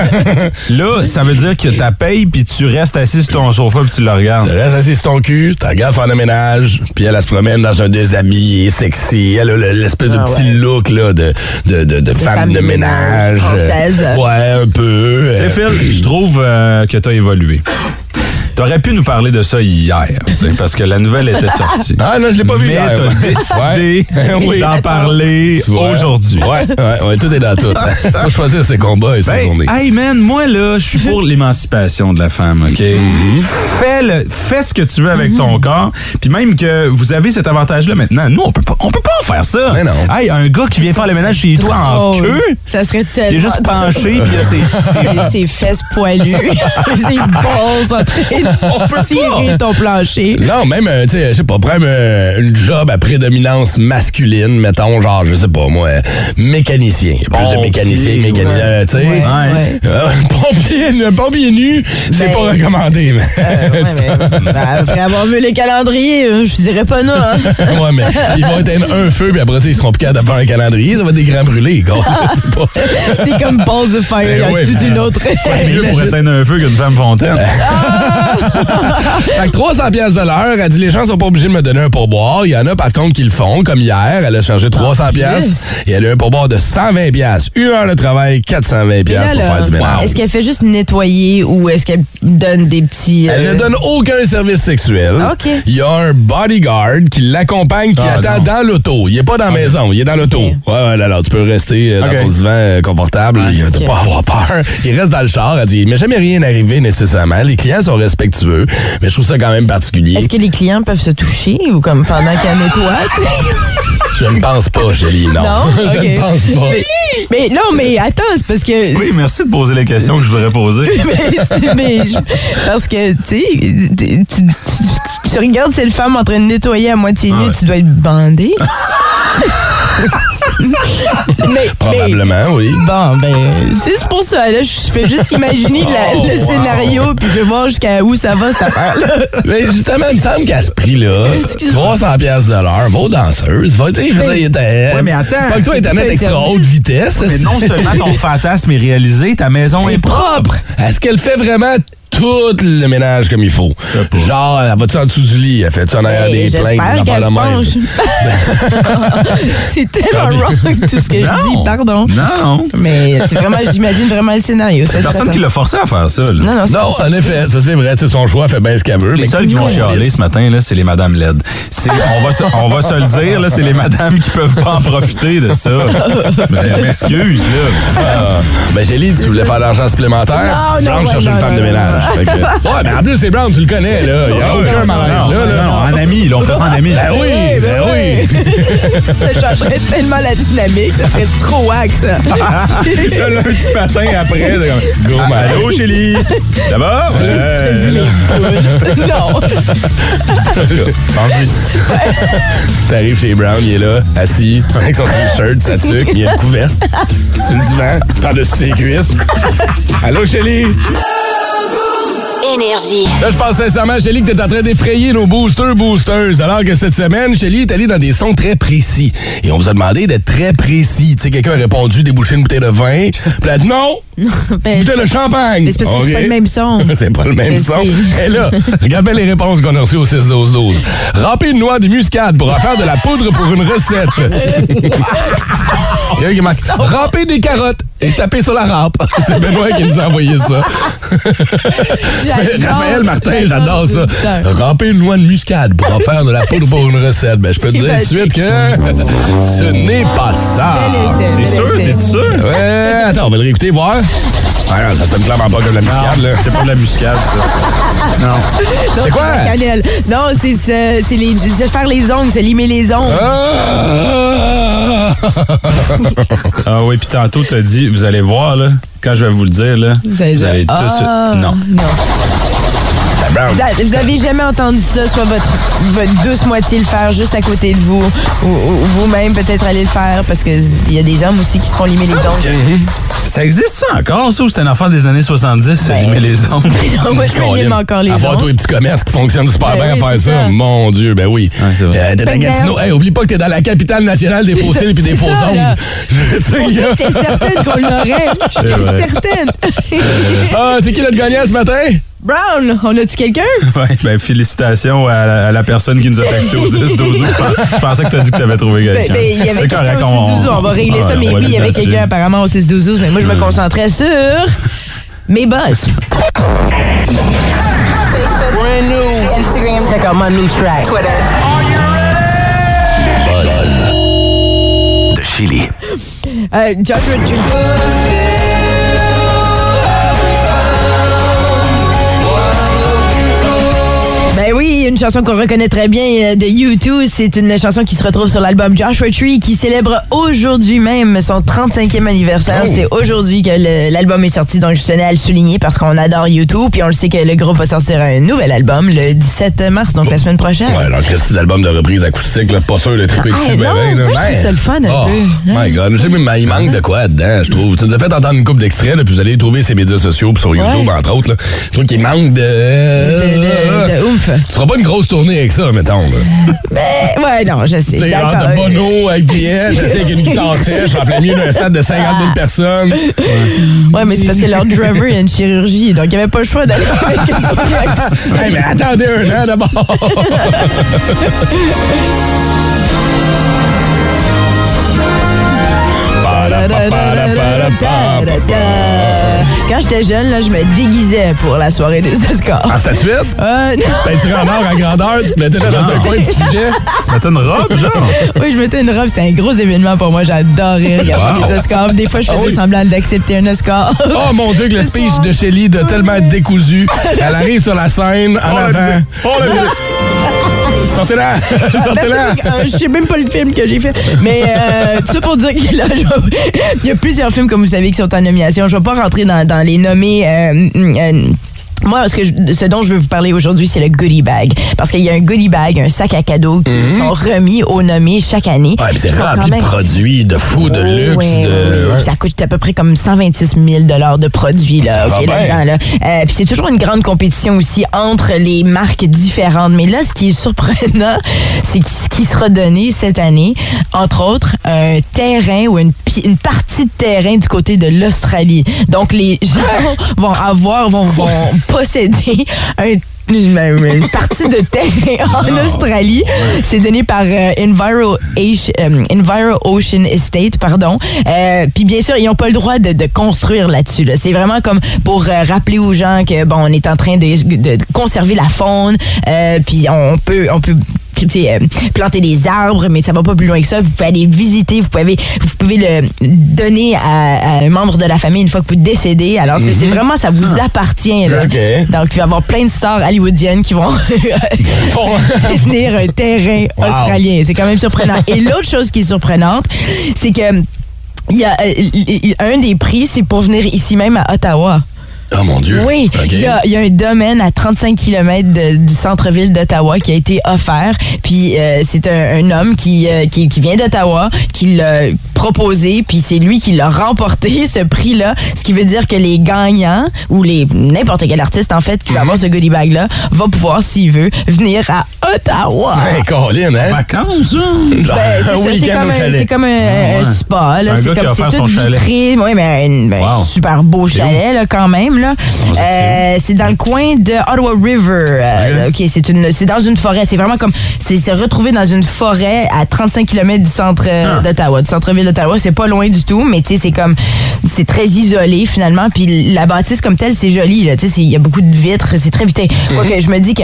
[SPEAKER 7] Là, ça veut dire que t'as paye puis tu restes assis sur ton sofa puis tu le
[SPEAKER 3] Tu
[SPEAKER 7] regardes.
[SPEAKER 3] restes assis sur ton cul, t'as regardes faire le ménage, puis elle, elle se promène dans un déshabillé sexy. Elle a le- l'espèce de
[SPEAKER 6] Ah
[SPEAKER 3] petit
[SPEAKER 6] ouais.
[SPEAKER 3] look là, de, de, de, de femme, de ménage.
[SPEAKER 6] française.
[SPEAKER 3] Ouais, un peu.
[SPEAKER 7] Tu sais, Phil, je trouve euh, que t'as évolué. T'aurais pu nous parler de ça hier, tu sais, parce que la nouvelle était sortie.
[SPEAKER 3] Ah non, je l'ai pas vu
[SPEAKER 7] Mais
[SPEAKER 3] hier.
[SPEAKER 7] t'as décidé
[SPEAKER 3] Ouais. Oui.
[SPEAKER 7] d'en parler
[SPEAKER 3] Tu vois.
[SPEAKER 7] aujourd'hui.
[SPEAKER 3] Ouais, ouais, ouais, tout est dans tout. Faut choisir ses combats et sa
[SPEAKER 7] Ben,
[SPEAKER 3] journée.
[SPEAKER 7] hey man, moi là, je suis pour l'émancipation de la femme, OK?
[SPEAKER 3] Mhm.
[SPEAKER 7] Fais, le- fais ce que tu veux avec ton corps. Puis même que vous avez cet avantage-là maintenant. Nous, on peut pas, on peut pas en faire ça.
[SPEAKER 3] Ben non.
[SPEAKER 7] Hey, un gars qui vient faire le ménage chez toi en
[SPEAKER 6] Drôle.
[SPEAKER 7] queue,
[SPEAKER 6] Ça serait
[SPEAKER 7] il est
[SPEAKER 6] tellement.
[SPEAKER 7] juste penché, puis là, c'est.
[SPEAKER 6] ses, ses fesses poilues, ses balles en
[SPEAKER 7] On peut
[SPEAKER 6] train de tirer ton plancher.
[SPEAKER 3] Non, même, euh, tu sais, je sais pas, prendre euh, une job à prédominance masculine, mettons, genre, je sais pas, moi, euh, mécanicien. Il y a plus
[SPEAKER 7] Pompier,
[SPEAKER 3] de mécaniciens, mécaniciens,
[SPEAKER 7] ouais.
[SPEAKER 3] euh, tu sais.
[SPEAKER 6] Ouais,
[SPEAKER 7] Ouais.
[SPEAKER 6] ouais.
[SPEAKER 3] Euh, pompier, le pompier nu, c'est
[SPEAKER 6] Ben,
[SPEAKER 3] pas recommandé. mais-
[SPEAKER 6] Euh, ouais, mais, ben, après avoir vu le calendrier, euh, je dirais pas non. hein.
[SPEAKER 3] ouais, mais ils vont éteindre un feu, puis après ça, ils seront plus capables de faire un calendrier. Ça va être des grands brûlés, quoi. C'est pas-
[SPEAKER 6] C'est comme pause de fire, il y a
[SPEAKER 3] Ben ouais,
[SPEAKER 6] toute
[SPEAKER 3] ben-
[SPEAKER 6] une autre.
[SPEAKER 7] C'est mieux pour
[SPEAKER 3] imagine.
[SPEAKER 7] éteindre un feu qu'une femme fontaine.
[SPEAKER 3] Fait que 300 pièces de l'heure, elle dit les gens sont pas obligés de me donner un pourboire. Il y en a par contre qui le font, comme hier, elle a changé 300 pièces
[SPEAKER 6] Ah, yes.
[SPEAKER 3] et elle a eu un pourboire de 120 pièces. Une heure de travail, 420
[SPEAKER 6] Mais
[SPEAKER 3] pièces
[SPEAKER 6] là,
[SPEAKER 3] pour
[SPEAKER 6] là,
[SPEAKER 3] faire du ménage.
[SPEAKER 6] Est-ce qu'elle fait juste nettoyer ou est-ce qu'elle donne des petits. euh,
[SPEAKER 3] Elle ne donne aucun service sexuel.
[SPEAKER 6] OK.
[SPEAKER 3] Il y a un bodyguard qui l'accompagne, qui
[SPEAKER 7] Ah,
[SPEAKER 3] attend
[SPEAKER 7] non.
[SPEAKER 3] dans l'auto. Il est pas dans la maison, il est dans l'auto. Ouais, ouais, là, là, tu peux rester euh, dans
[SPEAKER 7] OK.
[SPEAKER 3] ton divan euh, confortable. Il ne
[SPEAKER 6] OK.
[SPEAKER 3] pas avoir peur. Il reste dans le char. Elle dit, mais jamais rien arrivé nécessairement. Les clients sont respectueux, mais je trouve ça quand même particulier.
[SPEAKER 6] Est-ce que les clients peuvent se toucher ou comme pendant qu'elle nettoie? tu sais?
[SPEAKER 3] Je ne pense pas, Julie, non.
[SPEAKER 6] Non?
[SPEAKER 3] je
[SPEAKER 6] Ok.
[SPEAKER 3] ne pense pas.
[SPEAKER 6] Mais, mais non, mais attends, c'est parce que.
[SPEAKER 7] Oui, merci de poser les questions que je voudrais poser.
[SPEAKER 6] mais, je- parce que, tu sais, tu, tu, tu- tu regardes cette femme en train de nettoyer à moitié nue,
[SPEAKER 3] Ah
[SPEAKER 7] Ouais.
[SPEAKER 6] tu dois être bandé. mais, mais-
[SPEAKER 3] Probablement, oui.
[SPEAKER 6] bon, ben, c'est pour ça, là, je fais juste imaginer la-
[SPEAKER 3] Oh,
[SPEAKER 6] le scénario, puis je vais voir jusqu'à où ça va cette affaire-là.
[SPEAKER 3] Mais justement, il me semble qu'à ce prix-là, 300 pièces de l'heure, vos danseuses, va, tu sais, je veux dire, il était...
[SPEAKER 7] Ouais, mais attends,
[SPEAKER 3] C'est pas que toi,
[SPEAKER 6] c'est
[SPEAKER 3] Internet
[SPEAKER 6] tout un
[SPEAKER 3] extra
[SPEAKER 6] service.
[SPEAKER 3] haute vitesse.
[SPEAKER 7] Mais non seulement ton fantasme est réalisé, ta maison est propre.
[SPEAKER 3] propre. Est-ce qu'elle fait vraiment tout le ménage comme il faut?
[SPEAKER 7] pas.
[SPEAKER 3] Genre, elle va-tu en dessous du lit? Elle fait-tu en arrière
[SPEAKER 6] Hey,
[SPEAKER 3] des plaintes?
[SPEAKER 6] Euh, J'espère
[SPEAKER 3] des
[SPEAKER 6] qu'elle
[SPEAKER 3] affaires
[SPEAKER 6] se
[SPEAKER 3] de même?
[SPEAKER 6] penche. c'est tellement wrong tout ce que je dis, pardon.
[SPEAKER 7] Non.
[SPEAKER 6] Mais c'est vraiment, j'imagine vraiment le scénario. c'est
[SPEAKER 7] Personne qui l'a forcé à faire ça. là.
[SPEAKER 6] Non, non, c'est
[SPEAKER 3] Non, en effet, ça c'est vrai, c'est son choix, elle fait bien ce qu'elle veut.
[SPEAKER 7] Les
[SPEAKER 3] mais
[SPEAKER 7] seuls qui vont chialer ce matin, là, c'est les madames LED. C'est- On va, se, on va se le dire, là, c'est les madames qui peuvent pas en profiter de ça. Ben, elle m'excuse, là.
[SPEAKER 3] Ah, ben, Gélie, tu voulais faire de l'argent supplémentaire?
[SPEAKER 6] Non, non,
[SPEAKER 3] Donc,
[SPEAKER 6] ouais,
[SPEAKER 3] cherche
[SPEAKER 6] non,
[SPEAKER 3] une femme
[SPEAKER 6] non,
[SPEAKER 3] de
[SPEAKER 6] non,
[SPEAKER 3] ménage. Fait que- ouais, mais en plus, c'est Brown, tu le connais, là.
[SPEAKER 7] Ah,
[SPEAKER 3] Il n'y a aucun malaise, là. là.
[SPEAKER 7] non, en ami, là, on fait ça en ami.
[SPEAKER 3] Ben oui, ben oui.
[SPEAKER 6] ça changerait tellement la dynamique, ça serait trop wack, ça.
[SPEAKER 7] Là, lundi matin après, de comme,
[SPEAKER 3] Gros
[SPEAKER 7] Ah,
[SPEAKER 3] malaise.
[SPEAKER 7] Allô, Chélie! D'abord? Euh,
[SPEAKER 6] non.
[SPEAKER 3] Tu sais, je- T'arrives chez Brown, il est là, assis, avec son t-shirt, sa tuque, il y a une couverte, sur le divan, par-dessus ses cuisses. Allô, Chélie?
[SPEAKER 1] Énergie.
[SPEAKER 3] Là, je pense sincèrement, Chélie, que t'es en train d'effrayer nos boosters, boosters. Alors que cette semaine, Chélie est allée dans des sons très précis. Et on vous a demandé d'être très précis. Tu sais, quelqu'un a répondu déboucher une bouteille de vin. Puis elle a dit non,
[SPEAKER 6] Ben,
[SPEAKER 3] bouteille de champagne.
[SPEAKER 6] mais c'est parce que c'est
[SPEAKER 3] OK.
[SPEAKER 6] pas le même son.
[SPEAKER 3] C'est pas le même
[SPEAKER 6] Je
[SPEAKER 3] son.
[SPEAKER 6] sais.
[SPEAKER 3] Et là, regarde bien les réponses qu'on a reçues au 6-12-12. Ramper une noix de muscade pour en faire de la poudre pour une recette. Il y a un qui marque, Ramper des carottes et taper sur la rampe. C'est Benoît qui nous a envoyé ça.
[SPEAKER 6] Ah, J'adore.
[SPEAKER 3] Raphaël Martin, j'adore ça. Ramper une noix de muscade pour en faire de la poudre pour une recette. Ben, je peux te dire tout de suite que ce n'est pas ça.
[SPEAKER 6] Bel essai, bel
[SPEAKER 7] T'es sûr?
[SPEAKER 6] essai.
[SPEAKER 7] T'es sûr?
[SPEAKER 3] Ouais, attends, on va le réécouter, voir. Ah non, ça sonne clairement pas comme la muscade, là.
[SPEAKER 7] C'est pas de la muscade, ça.
[SPEAKER 6] Non,
[SPEAKER 3] C'est quoi?
[SPEAKER 6] la cannelle. Non, c'est ce- c'est les, c'est faire les ongles, se limer les ongles.
[SPEAKER 3] Ah!
[SPEAKER 7] Ah oui, puis tantôt, t'as dit, vous allez voir, là, quand je vais vous le dire, là, vous
[SPEAKER 6] allez
[SPEAKER 7] allez,
[SPEAKER 6] dire,
[SPEAKER 7] tous...
[SPEAKER 6] ah.
[SPEAKER 7] Non.
[SPEAKER 6] Vous, a- vous avez jamais entendu ça, soit votre, votre douce moitié le faire juste à côté de vous, ou, ou vous-même peut-être aller le faire, parce qu'il y a des hommes aussi qui se font limer les ongles.
[SPEAKER 7] Mhm. Ça existe ça encore, ça, ou c'est un enfant des années 70, c'est
[SPEAKER 6] Ben.
[SPEAKER 7] aimer les ongles?
[SPEAKER 6] On va se
[SPEAKER 3] Colin.
[SPEAKER 6] lime encore les
[SPEAKER 3] Avoir tous
[SPEAKER 6] ongles.
[SPEAKER 3] les petits commerces qui fonctionnent super
[SPEAKER 6] Ben
[SPEAKER 3] bien
[SPEAKER 6] oui,
[SPEAKER 3] à faire
[SPEAKER 6] c'est
[SPEAKER 3] ça.
[SPEAKER 6] ça.
[SPEAKER 3] Mon Dieu, ben oui.
[SPEAKER 7] Ouais, c'est vrai.
[SPEAKER 3] Euh, t'es à
[SPEAKER 6] Ben,
[SPEAKER 3] Gatineau. Hey, oublie pas que t'es dans la capitale nationale des
[SPEAKER 6] C'est
[SPEAKER 3] fossiles et puis des
[SPEAKER 6] ça,
[SPEAKER 3] faux
[SPEAKER 6] c'est ça,
[SPEAKER 3] ongles.
[SPEAKER 6] là.
[SPEAKER 3] Je sais,
[SPEAKER 6] Pour ça,
[SPEAKER 3] gars.
[SPEAKER 6] J'étais certaine qu'on l'aurait. J'étais
[SPEAKER 7] vrai.
[SPEAKER 6] certaine.
[SPEAKER 3] Ah, c'est qui notre gagnant ce matin?
[SPEAKER 6] Brown, on a-tu quelqu'un?
[SPEAKER 7] Ouais, ben, félicitations à la, à la personne qui nous a texté au 6 12 août. Je pensais que t'as dit que t'avais trouvé
[SPEAKER 6] Ben,
[SPEAKER 7] quelqu'un.
[SPEAKER 6] ben, il y avait
[SPEAKER 7] C'est
[SPEAKER 6] quelqu'un
[SPEAKER 7] correct,
[SPEAKER 6] au 6-12-12. On va régler ça,
[SPEAKER 7] ouais,
[SPEAKER 6] mais
[SPEAKER 7] on va
[SPEAKER 6] oui, il y avait
[SPEAKER 7] là-dessus. Mm.
[SPEAKER 6] quelqu'un apparemment au 6-12-12. Mais moi, je me concentrais sur mes boss.
[SPEAKER 1] Brand new. Instagram.
[SPEAKER 6] Check out my new track.
[SPEAKER 1] Twitter.
[SPEAKER 2] de Chili.
[SPEAKER 6] Euh, Josh Richardson. Ben oui, une chanson qu'on reconnaît très bien euh, de U2. C'est une chanson qui se retrouve sur l'album Joshua Tree qui célèbre aujourd'hui même son 35e anniversaire.
[SPEAKER 3] Oh.
[SPEAKER 6] C'est aujourd'hui que le- l'album est sorti, donc je tenais à le souligner parce qu'on adore U2. Puis on le sait que le groupe va sortir un nouvel album le 17 mars, donc la semaine prochaine.
[SPEAKER 3] Ouais, alors, Christy, l'album de reprise acoustique, là, pas sûr de triper
[SPEAKER 6] Ah,
[SPEAKER 3] dessus, ben,
[SPEAKER 6] non,
[SPEAKER 3] ben, là.
[SPEAKER 6] moi, je trouve
[SPEAKER 3] Ben.
[SPEAKER 6] ça le fun, un
[SPEAKER 3] oh,
[SPEAKER 6] peu.
[SPEAKER 3] My God, je sais, mais il manque de quoi dedans, je trouve. Tu nous as fait entendre une coupe d'extraits, là, puis vous allez les trouver sur les médias sociaux, puis sur YouTube, entre autres, là. Je trouve qu'il manque
[SPEAKER 6] De, de-
[SPEAKER 3] de.
[SPEAKER 6] de ouf.
[SPEAKER 3] Tu feras pas une grosse tournée avec ça, mettons, là.
[SPEAKER 6] Ben, ouais, non, je sais. je
[SPEAKER 3] Tu
[SPEAKER 6] suis
[SPEAKER 3] sais, genre de
[SPEAKER 6] d'accord.
[SPEAKER 3] Bono avec des ailes, je sais, avec une guitare sèche, en plein milieu d'un stade de 50 000 personnes.
[SPEAKER 6] Ouais, mais c'est parce que leur driver, il y a une chirurgie, donc il n'y avait pas le choix d'aller avec une tournée acoustique.
[SPEAKER 3] Hey, mais attendez un an d'abord!
[SPEAKER 6] Quand j'étais jeune, là, je me déguisais pour la soirée des escorts.
[SPEAKER 3] En statuette?
[SPEAKER 6] Euh, non.
[SPEAKER 3] Peinture Ben, en or à grandeur, tu te mettais là dans un coin et tu figeais.
[SPEAKER 7] Tu mettais une robe, genre?
[SPEAKER 6] Oui, je mettais une robe, c'était un gros événement pour moi. J'adorais regarder
[SPEAKER 7] Wow.
[SPEAKER 6] les escorts. Des fois, je faisais
[SPEAKER 3] Ah oui.
[SPEAKER 6] semblant d'accepter un escort.
[SPEAKER 3] Oh mon Dieu, que le speech de Shelly de tellement être décousu. Elle arrive sur la scène en avant.
[SPEAKER 7] Oh, la musique!
[SPEAKER 3] Sortez-la!
[SPEAKER 6] Ben,
[SPEAKER 3] Sortez-la!
[SPEAKER 6] c'est- euh, Je sais même pas le film que j'ai fait. Mais euh, tout ça pour dire que là, je- il y a plusieurs films, comme vous savez, qui sont en nomination. Je vais pas rentrer dans, dans les nommés. euh, mm, euh, moi, ce, que je- ce dont je veux vous parler aujourd'hui, c'est le goodie bag. Parce qu'il y a un goodie bag, un sac à cadeaux qui sont remis aux nommés chaque année.
[SPEAKER 3] Mhm. Ouais,
[SPEAKER 6] Ils
[SPEAKER 3] puis c'est
[SPEAKER 6] sont quand
[SPEAKER 3] rempli de
[SPEAKER 6] même-
[SPEAKER 3] produits, de fou,
[SPEAKER 6] Ah
[SPEAKER 3] de luxe,
[SPEAKER 6] oui, oui,
[SPEAKER 3] de.
[SPEAKER 6] oui.
[SPEAKER 3] ouais.
[SPEAKER 6] Puis Ça coûte à peu près comme 126 000 de produits là,
[SPEAKER 3] va
[SPEAKER 6] OK,
[SPEAKER 3] bien.
[SPEAKER 6] là-dedans. là. Euh, puis c'est toujours une grande compétition aussi entre les marques différentes. Mais là, ce qui est surprenant, c'est que ce qui sera donné cette année, entre autres, un terrain ou une, pi- une partie de terrain du côté de l'Australie. Donc les gens vont avoir, vont, vont posséder un une, euh, une partie de terrain en Australie. C'est donné par euh, Enviro, H- euh, Enviro Ocean Estate, pardon. Euh, Puis bien sûr, ils n'ont pas le droit de, de construire là-dessus. là. C'est vraiment comme pour euh, rappeler aux gens que bon, on est en train de, de conserver la faune. euh, Puis on peut, on peut tu sais, euh, planter des arbres, mais ça va pas plus loin que ça. Vous pouvez aller visiter, vous pouvez, vous pouvez le donner à, à un membre de la famille une fois que vous décédez. Alors, c'est- c'est vraiment, ça vous appartient. Là.
[SPEAKER 3] OK.
[SPEAKER 6] Donc, il va y avoir plein de stars hollywoodiennes qui vont détenir un terrain
[SPEAKER 3] Wow.
[SPEAKER 6] australien. C'est quand même surprenant. Et l'autre chose qui est surprenante, c'est que il y a, euh, il- il- un des prix, c'est pour venir ici même à Ottawa.
[SPEAKER 3] Oh mon Dieu.
[SPEAKER 6] Oui,
[SPEAKER 3] OK.
[SPEAKER 6] il y, a- il y a un domaine à 35 km du centre-ville d'Ottawa qui a été offert. Puis euh, c'est un, un homme qui, euh, qui, qui vient d'Ottawa, qui l'a proposé, puis c'est lui qui l'a remporté, ce prix-là. Ce qui veut dire que les gagnants, ou les n'importe quel artiste, en fait,
[SPEAKER 7] Mhm.
[SPEAKER 6] qui va avoir ce goodie bag-là, va pouvoir, s'il veut, venir à Ottawa.
[SPEAKER 3] Hey, Colin, hein?
[SPEAKER 7] Vacances, hein?
[SPEAKER 6] Ben, c'est
[SPEAKER 3] Un
[SPEAKER 6] ça, c'est
[SPEAKER 3] week-end
[SPEAKER 6] comme,
[SPEAKER 3] Ah au
[SPEAKER 6] un,
[SPEAKER 3] chalet.
[SPEAKER 6] c'est comme un,
[SPEAKER 7] Ah,
[SPEAKER 6] un
[SPEAKER 7] ouais.
[SPEAKER 6] spa. là.
[SPEAKER 7] Un
[SPEAKER 6] C'est
[SPEAKER 7] gars qui
[SPEAKER 6] comme
[SPEAKER 7] a
[SPEAKER 6] c'est
[SPEAKER 7] offert
[SPEAKER 6] tout
[SPEAKER 7] son chalet.
[SPEAKER 6] vitré. Oui, mais un, ben,
[SPEAKER 7] Wow.
[SPEAKER 6] super beau
[SPEAKER 7] C'est
[SPEAKER 6] chalet là, quand même. Là.
[SPEAKER 7] On sait
[SPEAKER 6] Euh, c'est dans le coin de Ottawa River. Euh, OK, c'est une, c'est dans une forêt. C'est vraiment comme c'est se retrouver dans une forêt à 35 km du centre euh, d'Ottawa, du centre-ville d'Ottawa. C'est pas loin du tout, mais tu sais, c'est comme c'est très isolé finalement. Puis la bâtisse comme telle, c'est joli. là. Tu sais, c'est- il y a beaucoup de vitres. C'est très vite. Quoique, je me dis que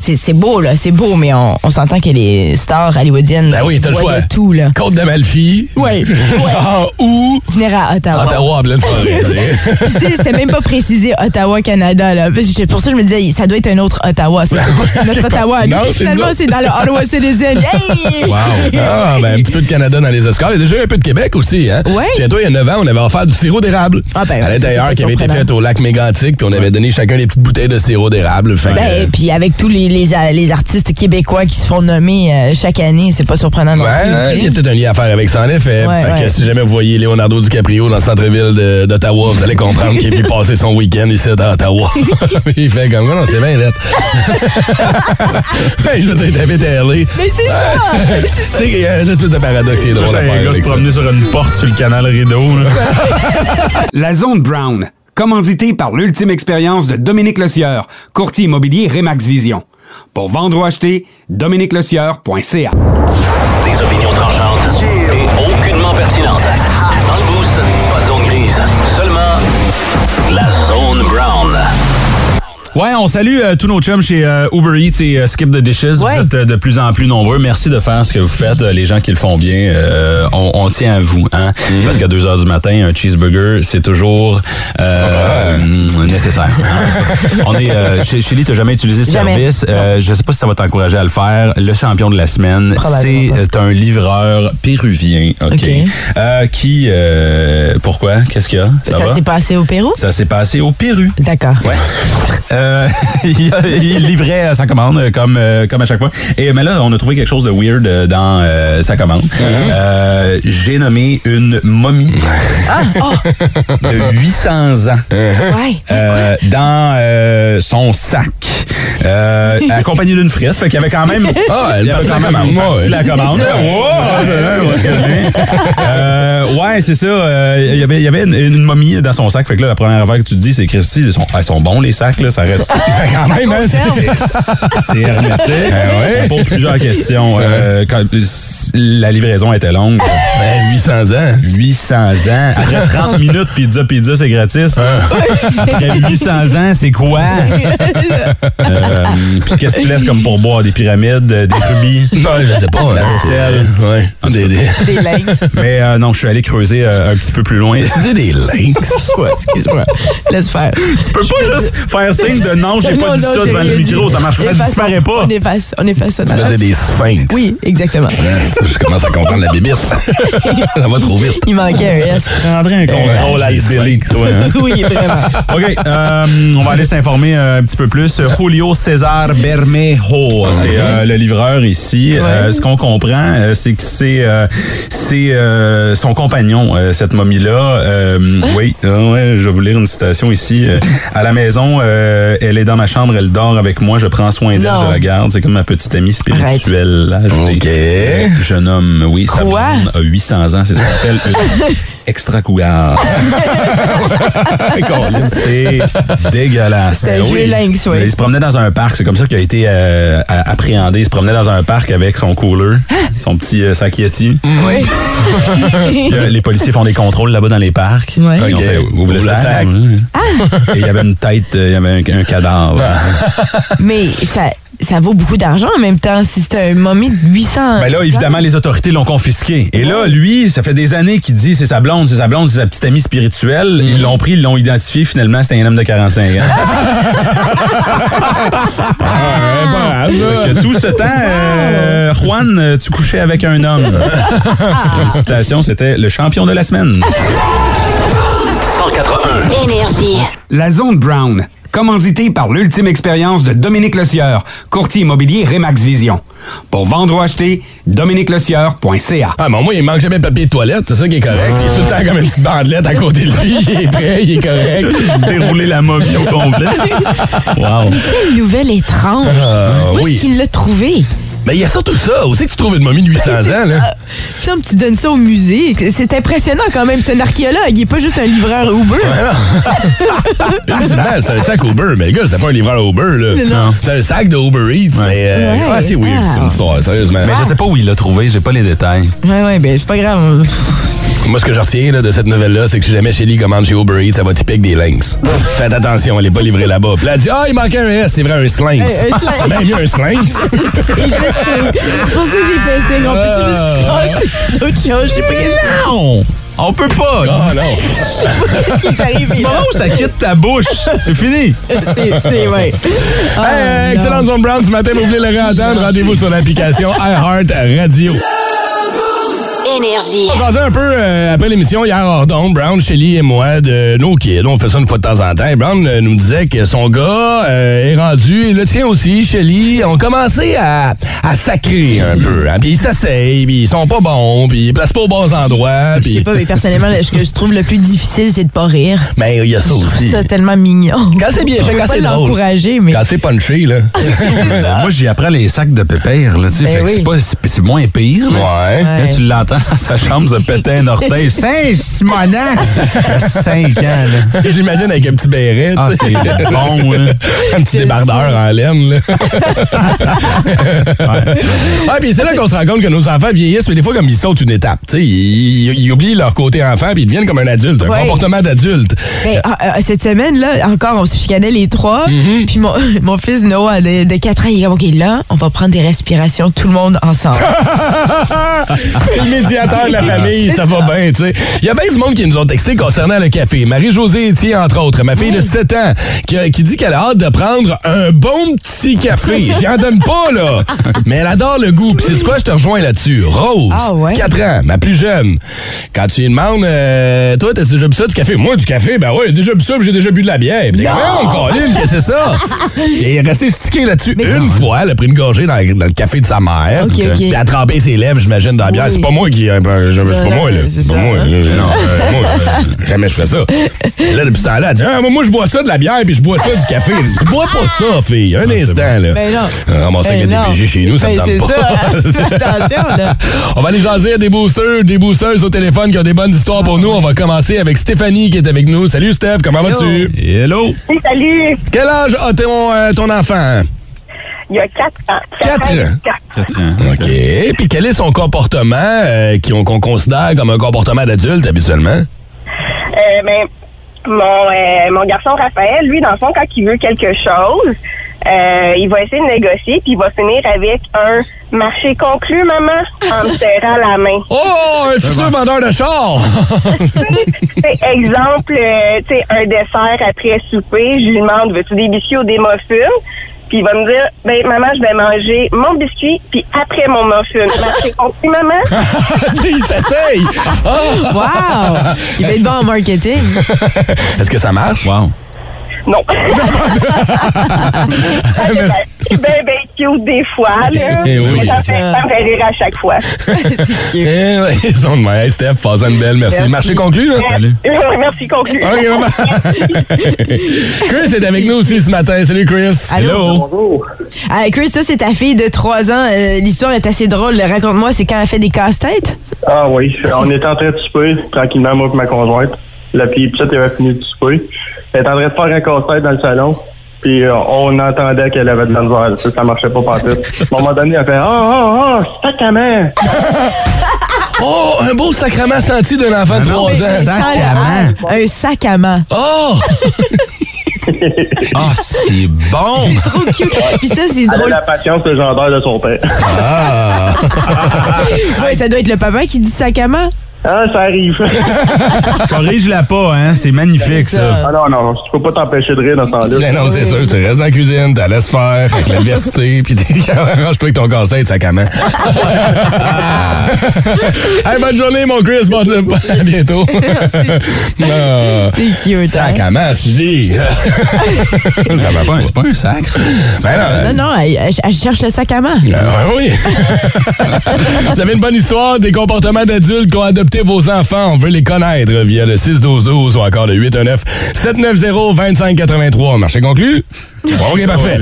[SPEAKER 6] c'est c'est beau là, c'est beau, mais on, on s'entend que les stars hollywoodiennes
[SPEAKER 3] Ben oui, t'as le
[SPEAKER 6] voyaient
[SPEAKER 3] choix.
[SPEAKER 6] tout là.
[SPEAKER 3] Côte d'Amalfi.
[SPEAKER 6] Ouais,
[SPEAKER 3] Genre où?
[SPEAKER 6] Venir à Ottawa.
[SPEAKER 3] Ottawa, en pleine forêt.
[SPEAKER 6] Puis tu sais, c'était même pas précisé Ottawa, Canada. Là. Parce que Pour ça, je me disais, ça doit être un autre Ottawa. C'est c'est notre Ottawa. à nous.
[SPEAKER 3] Non, c'est nous
[SPEAKER 6] Finalement,
[SPEAKER 3] autres.
[SPEAKER 6] c'est dans le Ottawa Citizen. Yay!
[SPEAKER 3] Ah, ben, un petit peu de Canada dans les escales. Il y a déjà eu un peu de Québec aussi, hein?
[SPEAKER 6] Ouais.
[SPEAKER 3] Chez toi, il y a 9 ans, on avait offert du sirop d'érable.
[SPEAKER 6] Ah, ben,
[SPEAKER 3] à
[SPEAKER 6] ouais,
[SPEAKER 3] l'intérieur,
[SPEAKER 6] ça, c'est
[SPEAKER 3] qui avait été
[SPEAKER 6] surprenant.
[SPEAKER 3] fait au lac Mégantic, puis on avait donné chacun des petites bouteilles de sirop d'érable. Fait que,
[SPEAKER 6] Ben, puis avec tous les, les, les artistes québécois qui se font nommer euh, chaque année, c'est pas surprenant non
[SPEAKER 3] Ouais,
[SPEAKER 6] plus.
[SPEAKER 3] hein,
[SPEAKER 6] tu sais.
[SPEAKER 3] il y a peut-être un lien à faire avec ça, en effet.
[SPEAKER 6] Ouais,
[SPEAKER 3] fait que
[SPEAKER 6] ouais.
[SPEAKER 3] si jamais vous voyez Leonardo DiCaprio dans le centre-ville de- d'Ottawa, vous allez comprendre qu'il est venu passer son week-end ici à Ottawa. il fait comme, non, c'est bien lettre. ben, je veux dire, t'habites à LA.
[SPEAKER 6] Mais c'est ça!
[SPEAKER 3] Tu sais qu'il y a une espèce de paradoxe qui est drôle à
[SPEAKER 7] J'ai un
[SPEAKER 3] faire
[SPEAKER 7] gars se
[SPEAKER 3] avec ça.
[SPEAKER 7] promener sur une porte sur le canal rideau. là.
[SPEAKER 8] La Zone Brown, commanditée par l'ultime expérience de Dominique Lecieur, courtier immobilier Remax Vision. Pour vendre ou acheter, dominiquelecieur.ca.
[SPEAKER 2] Des opinions tranchantes et aucunement pertinentes. Dans le boost, pas de zone grise, seulement la zone brown.
[SPEAKER 7] Ouais, on salue euh, tous nos chums chez euh, Uber Eats et euh, Skip the Dishes.
[SPEAKER 6] Ouais.
[SPEAKER 7] Vous êtes euh, de plus en plus nombreux. Merci de faire ce que vous faites. Euh, Les gens qui le font bien, euh, on, on tient à vous. Hein? Parce qu'à 2 heures du matin, un cheeseburger, c'est toujours euh, mm, nécessaire. hein. on est, euh, chez Chili, tu jamais utilisé ce
[SPEAKER 6] Jamais.
[SPEAKER 7] service. Euh, je sais pas si ça va t'encourager à le faire. Le champion de la semaine, c'est
[SPEAKER 6] Probablement pas.
[SPEAKER 7] euh, un livreur péruvien. OK.
[SPEAKER 6] OK.
[SPEAKER 7] Euh, qui... euh, pourquoi? Qu'est-ce qu'il y a? Ça,
[SPEAKER 6] Ça
[SPEAKER 7] va?
[SPEAKER 6] s'est passé au Pérou?
[SPEAKER 7] Ça s'est passé au Pérou.
[SPEAKER 6] D'accord.
[SPEAKER 7] Ouais. Euh, il, a- il livrait euh, sa commande euh, comme, euh, comme à chaque fois. Et, mais là, on a trouvé quelque chose de weird euh, dans euh, sa commande. Euh, J'ai nommé une momie de 800 ans
[SPEAKER 6] Oh, Ouais.
[SPEAKER 7] euh, dans euh, son sac, euh, accompagnée d'une frite. Fait qu'il y avait quand même...
[SPEAKER 3] Ah, elle
[SPEAKER 7] Il y avait
[SPEAKER 3] passe
[SPEAKER 7] quand
[SPEAKER 3] la
[SPEAKER 7] même
[SPEAKER 3] commande.
[SPEAKER 7] une partie
[SPEAKER 3] Ouais.
[SPEAKER 7] de la commande. Wow! On va se calmer. Euh, ouais, c'est ça. euh, Il y avait, il y avait une, une momie dans son sac. Fait que là, la première affaire que tu te dis, c'est Christy, ils sont, ils sont bons les sacs, là, ça reste.
[SPEAKER 3] Fait
[SPEAKER 6] Ah,
[SPEAKER 3] quand même, hein, c'est-
[SPEAKER 6] conserve.
[SPEAKER 7] C'est hermétique.
[SPEAKER 3] ouais.
[SPEAKER 7] On pose plusieurs questions. Euh, quand- la livraison était longue.
[SPEAKER 3] Ben, 800 ans.
[SPEAKER 7] 800 ans. Après 30 minutes, pizza, pizza, c'est gratis. Après 800 ans, c'est quoi? Euh, Puis qu'est-ce que tu laisses comme pour boire? Des pyramides, euh, des rubis?
[SPEAKER 3] Non, je sais pas. hein, c'est-
[SPEAKER 7] vaisselle.
[SPEAKER 3] Ouais. Des, des...
[SPEAKER 6] Des lynx.
[SPEAKER 7] Mais euh, non, je suis allé creuser euh, un petit peu plus loin.
[SPEAKER 3] Tu dis des lynx.
[SPEAKER 6] Ouais, excuse-moi. Laisse faire.
[SPEAKER 7] Tu peux pas juste faire signe de non, j'ai pas
[SPEAKER 6] Non,
[SPEAKER 7] dit
[SPEAKER 6] non,
[SPEAKER 7] ça
[SPEAKER 6] j'ai
[SPEAKER 7] devant le
[SPEAKER 6] rien dit.
[SPEAKER 7] micro, ça marche pas, ça
[SPEAKER 6] Efface-
[SPEAKER 7] disparaît pas.
[SPEAKER 6] On efface, on efface ça. de
[SPEAKER 3] Tu
[SPEAKER 6] la
[SPEAKER 3] faisais
[SPEAKER 6] face.
[SPEAKER 3] des sphinx.
[SPEAKER 6] Oui, exactement.
[SPEAKER 3] Je commence à comprendre la bébite. Ça va trop vite.
[SPEAKER 6] Il manquait un S.
[SPEAKER 7] Prendrais un
[SPEAKER 3] contrôle à Billy, toi, hein?
[SPEAKER 6] Oui, vraiment.
[SPEAKER 7] OK, euh, on va aller s'informer euh, un petit peu plus. Julio César Bermejo, c'est euh, le livreur ici. Euh, ce qu'on comprend, euh, c'est que c'est euh, c'est euh, son compagnon, euh, cette momie-là. Euh, oui, euh, ouais, je vais vous lire une citation ici. Euh, à la maison, euh, elle est dans ma chambre, elle dort avec moi, je prends soin d'elle,
[SPEAKER 6] Non.
[SPEAKER 7] je la garde. C'est comme ma petite amie spirituelle. ajoutée.
[SPEAKER 3] OK.
[SPEAKER 7] Euh, Jeune homme, oui, sa
[SPEAKER 6] Quoi?
[SPEAKER 7] blonde a 800 ans, c'est ce qu'on appelle une extra cougar. C'est dégueulasse. Ben
[SPEAKER 6] C'est un
[SPEAKER 7] Oui.
[SPEAKER 6] vieux lynx, oui.
[SPEAKER 7] Mais Il se promenait dans un parc. C'est comme ça qu'il a été euh, a- appréhendé. Il se promenait dans un parc avec son cooler, son petit euh, sac Yeti.
[SPEAKER 6] Mm.
[SPEAKER 7] Puis, euh, les policiers font des contrôles là-bas dans les parcs.
[SPEAKER 6] Ouais.
[SPEAKER 7] Ils ont
[SPEAKER 3] OK.
[SPEAKER 7] fait, ouvre le sac. Et il y avait une tête, euh, il y avait un, un cadavre.
[SPEAKER 6] Mais ça, ça vaut beaucoup d'argent en même temps si c'est un momie de 800.
[SPEAKER 7] Ben là, évidemment, les autorités l'ont confisqué. Et là, lui, ça fait des années qu'il dit c'est sa blonde, c'est sa blonde, c'est sa petite amie spirituelle. Ils l'ont pris, ils l'ont identifié. Finalement, c'était un homme de 45 ans.
[SPEAKER 3] Ah, ben, là.
[SPEAKER 7] Fait que tout ce temps, euh, Juan, euh, tu couchais avec un homme. Félicitations, c'était le champion de la semaine.
[SPEAKER 2] 181.
[SPEAKER 1] Énergie.
[SPEAKER 8] La zone Brown, commanditée par l'ultime expérience de Dominique Lecieur, courtier immobilier Remax Vision. Pour vendre ou acheter, dominiquelecieur.ca.
[SPEAKER 3] Ah, mais au moins, il manque jamais de papier de toilette, c'est ça qui est correct. Il est tout le temps comme une petite bandelette à côté de lui. Il est prêt, il est correct.
[SPEAKER 7] Dérouler la momie au complet. Wow.
[SPEAKER 6] Quelle nouvelle étrange.
[SPEAKER 3] Ah,
[SPEAKER 6] Où
[SPEAKER 3] oui.
[SPEAKER 6] est-ce qu'il l'a trouvé?
[SPEAKER 3] Mais il y a surtout ça. Où c'est que tu trouves une momie de 800 ans, là?
[SPEAKER 6] Chum, tu donnes ça au musée. C'est impressionnant quand même. C'est un archéologue. Il n'est pas juste un livreur Uber.
[SPEAKER 3] Ultimement, c'est un sac Uber, mais le gars, c'est pas un livreur Uber, là.
[SPEAKER 6] Non.
[SPEAKER 3] C'est un sac de Uber Eats, mais euh,
[SPEAKER 6] Ouais. Ah.
[SPEAKER 3] ouais, c'est weird, c'est une histoire, sérieusement.
[SPEAKER 7] Mais je sais pas où il l'a trouvé, j'ai pas les détails.
[SPEAKER 6] Ouais, ouais, ben c'est pas grave.
[SPEAKER 3] Moi, ce que je retiens là, de cette nouvelle-là, c'est que si jamais Shelly commande chez Uber Eats, ça va typique des lynx. Faites attention, elle est pas livrée là-bas. Puis là, elle dit Ah, il manquait un S, c'est vrai, un slinx.
[SPEAKER 6] Hey, un slinx.
[SPEAKER 3] c'est bien mieux un
[SPEAKER 6] Et
[SPEAKER 3] slinx.
[SPEAKER 6] je sais. C'est pour ça que j'ai fait signe. On
[SPEAKER 3] Ah.
[SPEAKER 6] peut-tu juste passer à d'autres choses? Je sais pas qu'est-ce qui-
[SPEAKER 7] Non! On peut pas!
[SPEAKER 3] Ah non.
[SPEAKER 6] qu'est-ce qui est arrivé.
[SPEAKER 7] Du moment
[SPEAKER 6] là.
[SPEAKER 7] où ça quitte ta bouche, c'est fini.
[SPEAKER 6] C'est, c'est, ouais. Ah,
[SPEAKER 3] Hey, excellente Zone Brown ce matin, vous voulez le réentendre, rendez-vous sur l'application iHeart Radio.
[SPEAKER 1] Énergie.
[SPEAKER 3] On jasait un peu euh, après l'émission hier hors d'onde, Brown, Shelly et moi, de nos kids. On fait ça une fois de temps en temps. Et Brown euh, nous disait que son gars euh, est rendu, et le tien aussi, Shelly, ont commencé à, à sacrer un peu. hein. Puis ils s'asseyent, puis ils sont pas bons, puis ils placent pas aux bons endroits.
[SPEAKER 6] Je
[SPEAKER 3] Puis...
[SPEAKER 6] sais pas, mais personnellement, là, ce que je trouve le plus difficile, c'est de pas rire.
[SPEAKER 3] Mais il y a ça
[SPEAKER 6] Je trouve
[SPEAKER 3] aussi.
[SPEAKER 6] ça tellement mignon.
[SPEAKER 3] Quand c'est bien
[SPEAKER 6] Je
[SPEAKER 3] fait, quand
[SPEAKER 6] veux pas
[SPEAKER 3] c'est drôle.
[SPEAKER 6] l'encourager, mais.
[SPEAKER 3] Quand c'est punché, là.
[SPEAKER 7] Euh, moi, j'y apprends les sacs de pépère, là, tu sais.
[SPEAKER 6] Ben
[SPEAKER 7] fait que
[SPEAKER 6] oui.
[SPEAKER 7] c'est pas- c'est c'est moins pire, là.
[SPEAKER 3] Ouais.
[SPEAKER 7] Là, tu l'entends dans sa chambre se péter un orteil. Saint-Simonac! 5 ans, là.
[SPEAKER 3] J'imagine avec un petit béret,
[SPEAKER 7] Ah,
[SPEAKER 3] tu sais.
[SPEAKER 7] c'est bon, là.
[SPEAKER 3] un petit débardeur en laine, là. ouais, puis c'est là qu'on se rend compte que nos enfants vieillissent, mais des fois, comme ils sautent une étape, tu sais, ils, ils- ils oublient leur côté enfant, puis ils deviennent comme un adulte, un
[SPEAKER 6] Ouais.
[SPEAKER 3] comportement d'adulte.
[SPEAKER 6] Ben, ah, ah, cette semaine, là, encore, on se chicanait les trois.
[SPEAKER 3] Mm-hmm.
[SPEAKER 6] Puis mon, mon fils Noah, de, de 4 ans, il est comme, OK, là, on va prendre des respirations, tout le monde ensemble.
[SPEAKER 3] C'est le médiateur de la famille, ça va bien, tu sais. Il y a bien du monde qui nous ont texté concernant le café. Marie-Josée Etier, entre autres, ma fille de 7 ans, qui, qui dit qu'elle a hâte de prendre un bon petit café. J'en donne pas, là. Mais elle adore le goût. Puis c'est quoi, je te rejoins là-dessus. Rose,
[SPEAKER 6] Ah ouais?
[SPEAKER 3] 4 ans, ma plus jeune. Quand tu lui demandes, euh, toi, t'as déjà bu ça, du café? Moi, du café, ben ouais, déjà bu ça, puis j'ai déjà bu de la bière. Puis t'es comme, on colline, que c'est ça? Et il est resté stické là-dessus. Une fois, elle a pris une gorgée dans, dans le café de sa mère.
[SPEAKER 6] Ok, ok.
[SPEAKER 3] Puis elle a trempé ses lèvres, j'imagine, dans la bière.
[SPEAKER 6] Oui.
[SPEAKER 3] C'est pas moi qui. euh, ben, je- c'est
[SPEAKER 6] Non,
[SPEAKER 3] pas moi, là.
[SPEAKER 6] non, c'est
[SPEAKER 3] C'est pas
[SPEAKER 6] ça,
[SPEAKER 3] moi.
[SPEAKER 6] hein.
[SPEAKER 3] euh, Non, euh, moi, euh, jamais je ferais ça. Et là, depuis ça, là, elle dit Ah, moi, moi, je bois ça de la bière, puis je bois ça du café. Elle dit, Tu bois pas ça, fille. Un instant, là.
[SPEAKER 6] Ben non.
[SPEAKER 3] Ah, mon sac
[SPEAKER 6] Ben
[SPEAKER 3] de
[SPEAKER 6] non.
[SPEAKER 3] DPJ chez nous, ça me
[SPEAKER 6] Ben,
[SPEAKER 3] tente pas.
[SPEAKER 6] C'est ça. Fais attention, là.
[SPEAKER 3] On va aller jaser à des boosters, des boosters au téléphone qui ont des bonnes histoires pour nous. On va commencer avec Stéphanie qui est avec nous. Salut, Steph, comment vas-tu?
[SPEAKER 7] Hello!
[SPEAKER 9] Oui, salut.
[SPEAKER 3] Quel âge a ton, euh, ton enfant?
[SPEAKER 9] Il y a quatre ans.
[SPEAKER 3] Quatre
[SPEAKER 9] ans.
[SPEAKER 3] ans.
[SPEAKER 9] Quatre.
[SPEAKER 7] Quatre ans.
[SPEAKER 3] OK. Puis quel est son comportement euh, qui- qu'on considère comme un comportement d'adulte habituellement?
[SPEAKER 9] Euh, ben, mon, euh, mon garçon Raphaël, lui, dans le fond, quand il veut quelque chose, euh, il va essayer de négocier, puis il va finir avec un marché conclu, maman, en me serrant la main.
[SPEAKER 3] Oh, un futur vendeur de char!
[SPEAKER 9] T'sais, exemple, euh, t'sais, un dessert après souper, je lui demande veux-tu des biscuits ou des muffins? Puis il va me dire ben maman, je vais manger mon biscuit, puis après mon muffin. Marché conclu, maman?
[SPEAKER 3] Il s'essaye! Ah!
[SPEAKER 6] Wow! Il va être bon en marketing.
[SPEAKER 3] Est-ce que ça marche?
[SPEAKER 7] Wow.
[SPEAKER 9] Non.
[SPEAKER 3] Eh,
[SPEAKER 9] ben, ben, cute des fois, là.
[SPEAKER 3] Eh oui,
[SPEAKER 9] Mais ça
[SPEAKER 6] c'est
[SPEAKER 9] fait
[SPEAKER 6] ça.
[SPEAKER 9] ça me fait rire à chaque fois.
[SPEAKER 6] C'est
[SPEAKER 3] Eh,
[SPEAKER 6] cute.
[SPEAKER 3] ouais, ils sont de même. Hey, Steph, passe une belle. Merci.
[SPEAKER 6] Merci.
[SPEAKER 3] Marché conclu, là?
[SPEAKER 9] Merci, conclu.
[SPEAKER 3] OK, bye-bye. Chris est avec nous aussi ce matin. Salut, Chris.
[SPEAKER 6] Allô? Ah, Chris, ça, c'est ta fille de 3 ans. Euh, L'histoire est assez drôle. Raconte-moi, c'est quand elle fait des casse-têtes?
[SPEAKER 10] Ah oui, on était en train de souper, tranquillement, moi et ma conjointe. La fille petite avait fini de souper. Elle était en train de faire un concert dans le salon. Puis euh, on entendait qu'elle avait de la misère. Ça, ça marchait pas partout. À un moment donné, elle fait Ah, ah, ah, sacrament!
[SPEAKER 3] Oh, un beau sacrement Ah senti d'un enfant de 3 ans.
[SPEAKER 6] Sans le
[SPEAKER 7] Sac à main.
[SPEAKER 6] A, Un sac à main.
[SPEAKER 3] Oh!
[SPEAKER 7] Ah, c'est bon!
[SPEAKER 6] C'est trop cute. Puis ça, c'est
[SPEAKER 10] Elle a
[SPEAKER 6] drôle.
[SPEAKER 10] la patience légendaire de son père.
[SPEAKER 7] Ah!
[SPEAKER 6] Ouais, ça doit être le papa qui dit ça à main.
[SPEAKER 10] Ah, ça arrive.
[SPEAKER 7] Corrige-la pas, hein? C'est magnifique, ça.
[SPEAKER 10] ah non, non, tu peux pas t'empêcher de rire dans ce temps-là.
[SPEAKER 3] Ben non, c'est sûr, tu restes dans la cuisine, t'as laisses faire avec l'université, puis t'es arrange-toi avec ton casse-tête, sac à main. hey, bonne journée, mon Chris, bonne à bientôt. Ah,
[SPEAKER 6] C'est cute. hein?
[SPEAKER 3] sac à main, je dis. ça va
[SPEAKER 7] C'est
[SPEAKER 3] pas.
[SPEAKER 7] pas, un- c'est pas un sacre, ça.
[SPEAKER 3] Ben non,
[SPEAKER 6] Non, non, elle, elle- elle cherche le sac à main.
[SPEAKER 3] Ah, ben oui. Vous avez une bonne histoire des comportements d'adultes qu'ont adopté vos enfants. On veut les connaître via le 612-12 ou encore le 819-790-2583. Marché conclu? Bon, OK, parfait.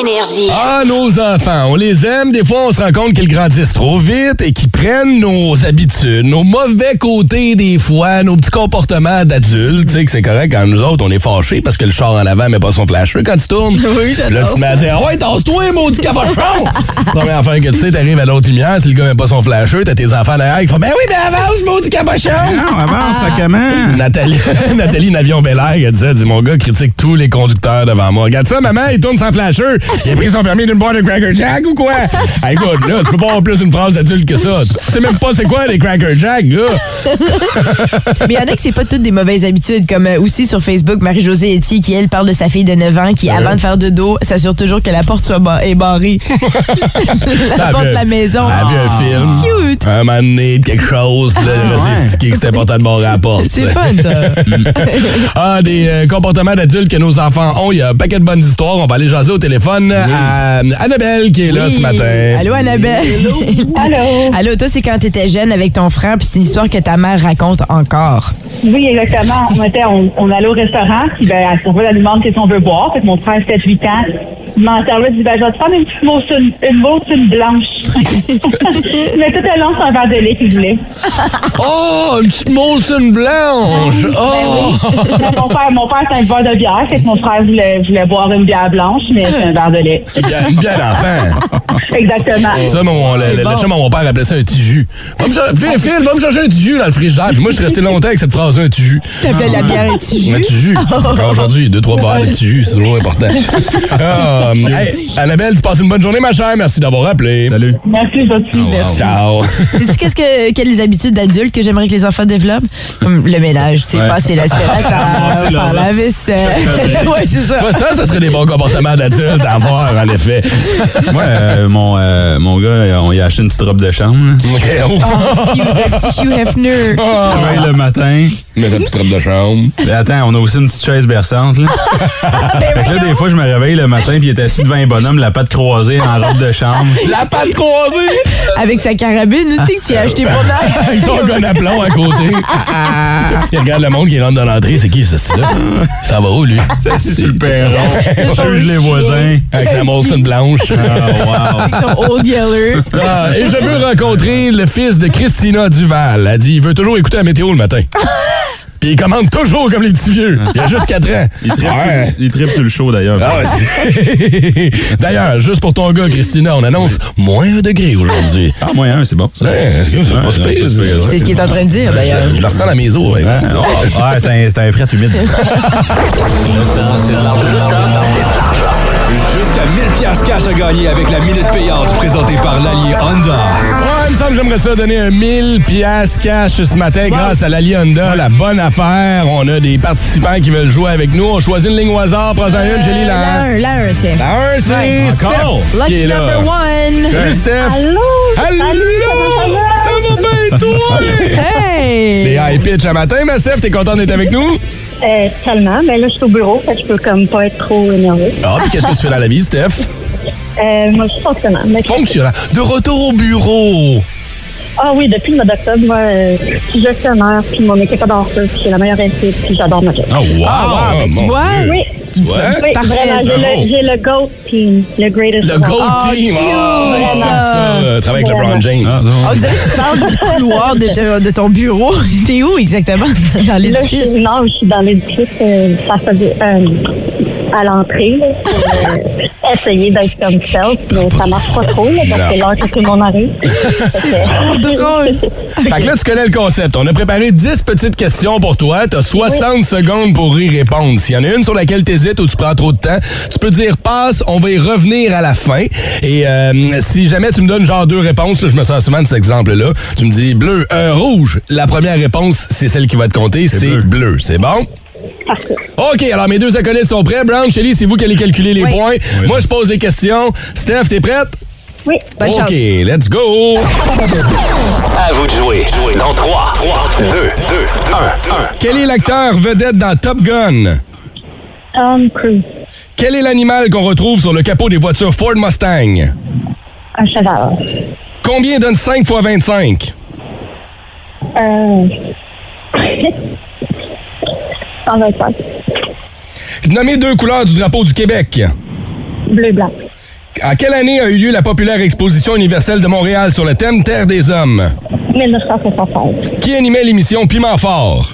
[SPEAKER 1] Énergie.
[SPEAKER 3] Ah, nos enfants, on les aime. Des fois, on se rend compte qu'ils grandissent trop vite et qu'ils prennent nos habitudes, nos mauvais côtés des fois, nos petits comportements d'adultes. Tu sais que c'est correct quand nous autres, on est fâchés parce que le char en avant met pas son flasheux quand tu tournes.
[SPEAKER 6] Oui, j'adore
[SPEAKER 3] Là, tu te mets à dire « Ouais, tasse-toi, maudit cabochon! » Première affaire que tu sais, t'arrives à l'autre lumière, si le gars met pas son flasheux, t'as tes enfants derrière qui font « Ben oui, ben avance, maudit cabochon! »
[SPEAKER 7] Non, avance, sac à main.
[SPEAKER 3] Nathalie, Nathalie Navion Belair, elle disait, elle dit, mon gars critique tous les conducteurs devant moi. Regarde ça, maman, il tourne sans flasheur. Il a pris son permis d'une boîte de Cracker Jack ou quoi? Hey, écoute, là, tu peux pas avoir plus une phrase d'adulte que ça. Tu sais même pas c'est quoi des Cracker Jack, gars.
[SPEAKER 6] Mais il y en a que c'est pas toutes des mauvaises habitudes, comme euh, aussi sur Facebook, Marie-Josée Etier qui, elle, parle de sa fille de 9 ans qui, avant de faire de dos, s'assure toujours que la porte soit ba- est barrée.
[SPEAKER 3] Ça,
[SPEAKER 6] la
[SPEAKER 3] elle
[SPEAKER 6] porte
[SPEAKER 3] vit-
[SPEAKER 6] de la maison. Ah,
[SPEAKER 3] Elle a vu un film.
[SPEAKER 6] Cute.
[SPEAKER 3] Un moment donné, de quelque chose, puis là, elle va s'expliquer que c'est important de barrer la porte. tu
[SPEAKER 6] C'est
[SPEAKER 3] sais.
[SPEAKER 6] fun, ça.
[SPEAKER 3] Ah, des euh, comportements d'adultes que nos enfants ont. Il y a un paquet de bonnes histoires. On va aller jaser au téléphone à Annabelle qui est là
[SPEAKER 6] Oui.
[SPEAKER 3] ce matin.
[SPEAKER 6] Allô, Annabelle.
[SPEAKER 9] Allô?
[SPEAKER 6] Allô, toi, c'est quand t'étais jeune avec ton frère, puis c'est une histoire que ta mère raconte encore.
[SPEAKER 9] Oui, exactement. On, était, on, on allait au restaurant, puis ben, on veut la demande qu'est-ce qu'on veut boire. Fait que mon frère, 7-8 ans, il m'en servait, il dit, ben, je vais te prendre une petite Molson, une Molson blanche. Mais tout à l'heure, c'est un verre de lait qu'il voulait.
[SPEAKER 3] Oh, une petite Molson blanche. Oh.
[SPEAKER 9] Ben, mon père, mon père, c'est un buveur de bière, fait que mon frère voulait, voulait boire une bière blanche, mais c'est un verre de lait.
[SPEAKER 3] C'est bien, bien d'enfant.
[SPEAKER 9] Exactement.
[SPEAKER 3] Ça, mon, le, le- le chum à mon père appelait ça un petit jus. Va me cher- Phil, Phil, va me chercher un petit jus dans le frigidaire. Puis moi, je suis resté longtemps avec cette phrase-là, un petit jus.
[SPEAKER 6] T'appelles la bière un petit jus.
[SPEAKER 3] Un Oh. petit jus. Encore Aujourd'hui, deux, trois barres de petit jus, c'est toujours important. Ah, hey, Annabelle, tu passes une bonne journée, ma chère. Merci d'avoir appelé.
[SPEAKER 7] Salut.
[SPEAKER 9] Merci,
[SPEAKER 3] Ah,
[SPEAKER 9] gentil.
[SPEAKER 3] Ciao.
[SPEAKER 6] Sais-tu qu'est-ce que, quelles habitudes d'adultes que j'aimerais que les enfants développent? Comme le ménage, tu sais,
[SPEAKER 7] Ouais.
[SPEAKER 6] passer la spirale,
[SPEAKER 7] Ramasser
[SPEAKER 6] faire,
[SPEAKER 7] leurs
[SPEAKER 6] faire la
[SPEAKER 7] affaires.
[SPEAKER 6] vaisselle. ouais, c'est ça.
[SPEAKER 3] Tu vois, ça, ça serait des bons comportements d'adultes à avoir, en effet.
[SPEAKER 7] Moi, euh, mon, euh, mon gars, on y a acheté une petite robe de chambre. là.
[SPEAKER 3] OK, on-
[SPEAKER 6] Hugh- le petit Hugh Hefner. Ah,
[SPEAKER 7] Il se réveille le matin.
[SPEAKER 3] Mais sa petite robe de chambre.
[SPEAKER 7] Mais Attends, on a aussi une petite chaise berçante. Là.
[SPEAKER 6] ben
[SPEAKER 7] fait que là, des fois, je me réveille le matin puis il est assis devant un bonhomme, la patte croisée en robe de chambre.
[SPEAKER 3] La pâte croisée!
[SPEAKER 6] Avec sa carabine aussi que tu as acheté pour
[SPEAKER 3] Ils sont un
[SPEAKER 6] Noël.
[SPEAKER 3] gun à plomb à côté. Il regarde le monde qui rentre dans l'entrée. C'est qui, ce style-là? Ça va où, lui?
[SPEAKER 7] C'est super rond. Juge les voisins.
[SPEAKER 3] Avec sa Molson blanche.
[SPEAKER 7] Ah, wow.
[SPEAKER 6] Avec son old yeller.
[SPEAKER 3] Ah, et je veux rencontrer le fils de Christina Duval. Elle dit il veut toujours écouter la météo le matin. Puis il commande toujours comme les petits vieux. Il a juste 4 ans.
[SPEAKER 7] Il tripe
[SPEAKER 3] Ouais.
[SPEAKER 7] sur- il tripe sur le show, d'ailleurs.
[SPEAKER 3] Ah ouais, c'est- D'ailleurs, juste pour ton gars, Christina, on annonce moins un degré aujourd'hui.
[SPEAKER 7] Ah, moi, un, c'est bon. ça.
[SPEAKER 3] Ouais, est-ce que c'est pas
[SPEAKER 7] Ouais,
[SPEAKER 3] si
[SPEAKER 7] ouais,
[SPEAKER 3] pire, ça?
[SPEAKER 7] c'est
[SPEAKER 6] C'est ce qu'il est en train de dire, d'ailleurs.
[SPEAKER 3] Je, je le ressens à mes os. ouais.
[SPEAKER 7] Ah, oh, ah, c'est un- c'est un fret humide.
[SPEAKER 11] Jusqu'à 1000 pièces cash à gagner avec la minute payante présentée par l'allié Honda.
[SPEAKER 3] Ouais, il me semble que j'aimerais ça donner un 1000 pièces cash ce matin grâce à l'Ali Honda. La bonne affaire. On a des participants qui veulent jouer avec nous. On choisit une ligne au hasard. Prends-en une, Julie.
[SPEAKER 6] La
[SPEAKER 3] La
[SPEAKER 6] un, la un, tiens.
[SPEAKER 3] la un, c'est Steph qui
[SPEAKER 6] Lucky
[SPEAKER 3] est là.
[SPEAKER 6] number one.
[SPEAKER 3] Salut, Steph.
[SPEAKER 9] Allô?
[SPEAKER 3] Allô? Ça va bien, toi? Les
[SPEAKER 6] Hey!
[SPEAKER 3] high pitch à matin, ma Steph. T'es content d'être avec nous?
[SPEAKER 9] Euh, tellement. Mais là, je suis au bureau, fait que je peux comme pas être trop énervée.
[SPEAKER 3] Ah, puis qu'est-ce que tu fais dans la vie, Steph?
[SPEAKER 9] Euh, moi, je suis fonctionnaire. Mais-
[SPEAKER 3] Fonctionnaire. De retour au bureau.
[SPEAKER 9] Ah oui, depuis le mois d'octobre, moi, euh, je suis gestionnaire, puis mon équipe adore ça, puis j'ai la meilleure équipe, puis j'adore ma job.
[SPEAKER 7] Oh, wow.
[SPEAKER 3] Ah,
[SPEAKER 6] ben, tu
[SPEAKER 3] mon
[SPEAKER 6] vois,
[SPEAKER 3] Dieu.
[SPEAKER 9] Oui,
[SPEAKER 3] Tu vois?
[SPEAKER 9] oui,
[SPEAKER 6] parfait,
[SPEAKER 9] vraiment, j'ai
[SPEAKER 6] ça.
[SPEAKER 9] le, j'ai le GOAT team, le greatest
[SPEAKER 3] Le
[SPEAKER 9] of all.
[SPEAKER 3] Gold
[SPEAKER 6] Oh,
[SPEAKER 3] Team.
[SPEAKER 6] cute,
[SPEAKER 3] Ah,
[SPEAKER 6] ça.
[SPEAKER 3] c'est ça. Euh, Travaille avec LeBron James.
[SPEAKER 6] On dirait que tu parles du couloir de, te- de ton bureau. T'es où exactement dans
[SPEAKER 9] Là, je
[SPEAKER 6] l'édifice?
[SPEAKER 9] suis, non, je suis dans l'édifice euh, face à- euh,
[SPEAKER 12] à l'entrée là, pour euh, essayer d'être comme self, mais ça marche pas trop là, parce que c'est l'heure que tout le monde arrive. C'est trop drôle.
[SPEAKER 3] Fait que là, tu connais le concept. On a préparé 10 petites questions pour toi. T'as 60 secondes pour y répondre. S'il y en a une sur laquelle t'hésites ou tu prends trop de temps, tu peux dire passe, on va y revenir à la fin. Et euh, si jamais tu me donnes genre deux réponses, là, je me sers souvent de cet exemple-là, tu me dis bleu, euh, rouge. La première réponse, c'est celle qui va te compter, c'est bleu. C'est bon? OK, alors mes deux acolytes sont prêts. Brown, Shelly, c'est vous qui allez calculer les points. Moi, je pose les questions. Steph, t'es prête?
[SPEAKER 12] Oui.
[SPEAKER 2] Bonne
[SPEAKER 3] OK, Eh
[SPEAKER 2] chance.
[SPEAKER 3] let's go!
[SPEAKER 2] À vous de jouer. Dans 3, 2, 2, 1, 1.
[SPEAKER 3] Quel est l'acteur vedette dans Top Gun?
[SPEAKER 12] Tom Cruise,
[SPEAKER 3] Quel est l'animal qu'on retrouve sur le capot des voitures Ford Mustang?
[SPEAKER 12] un cheval.
[SPEAKER 3] Combien donne 5 fois 25?
[SPEAKER 12] Euh... 125.
[SPEAKER 3] Nommez deux couleurs du drapeau du Québec.
[SPEAKER 12] Bleu, blanc.
[SPEAKER 3] En quelle année a eu lieu la populaire exposition universelle de Montréal sur le thème Terre des hommes?
[SPEAKER 12] 1971.
[SPEAKER 3] Qui animait l'émission Piment Fort?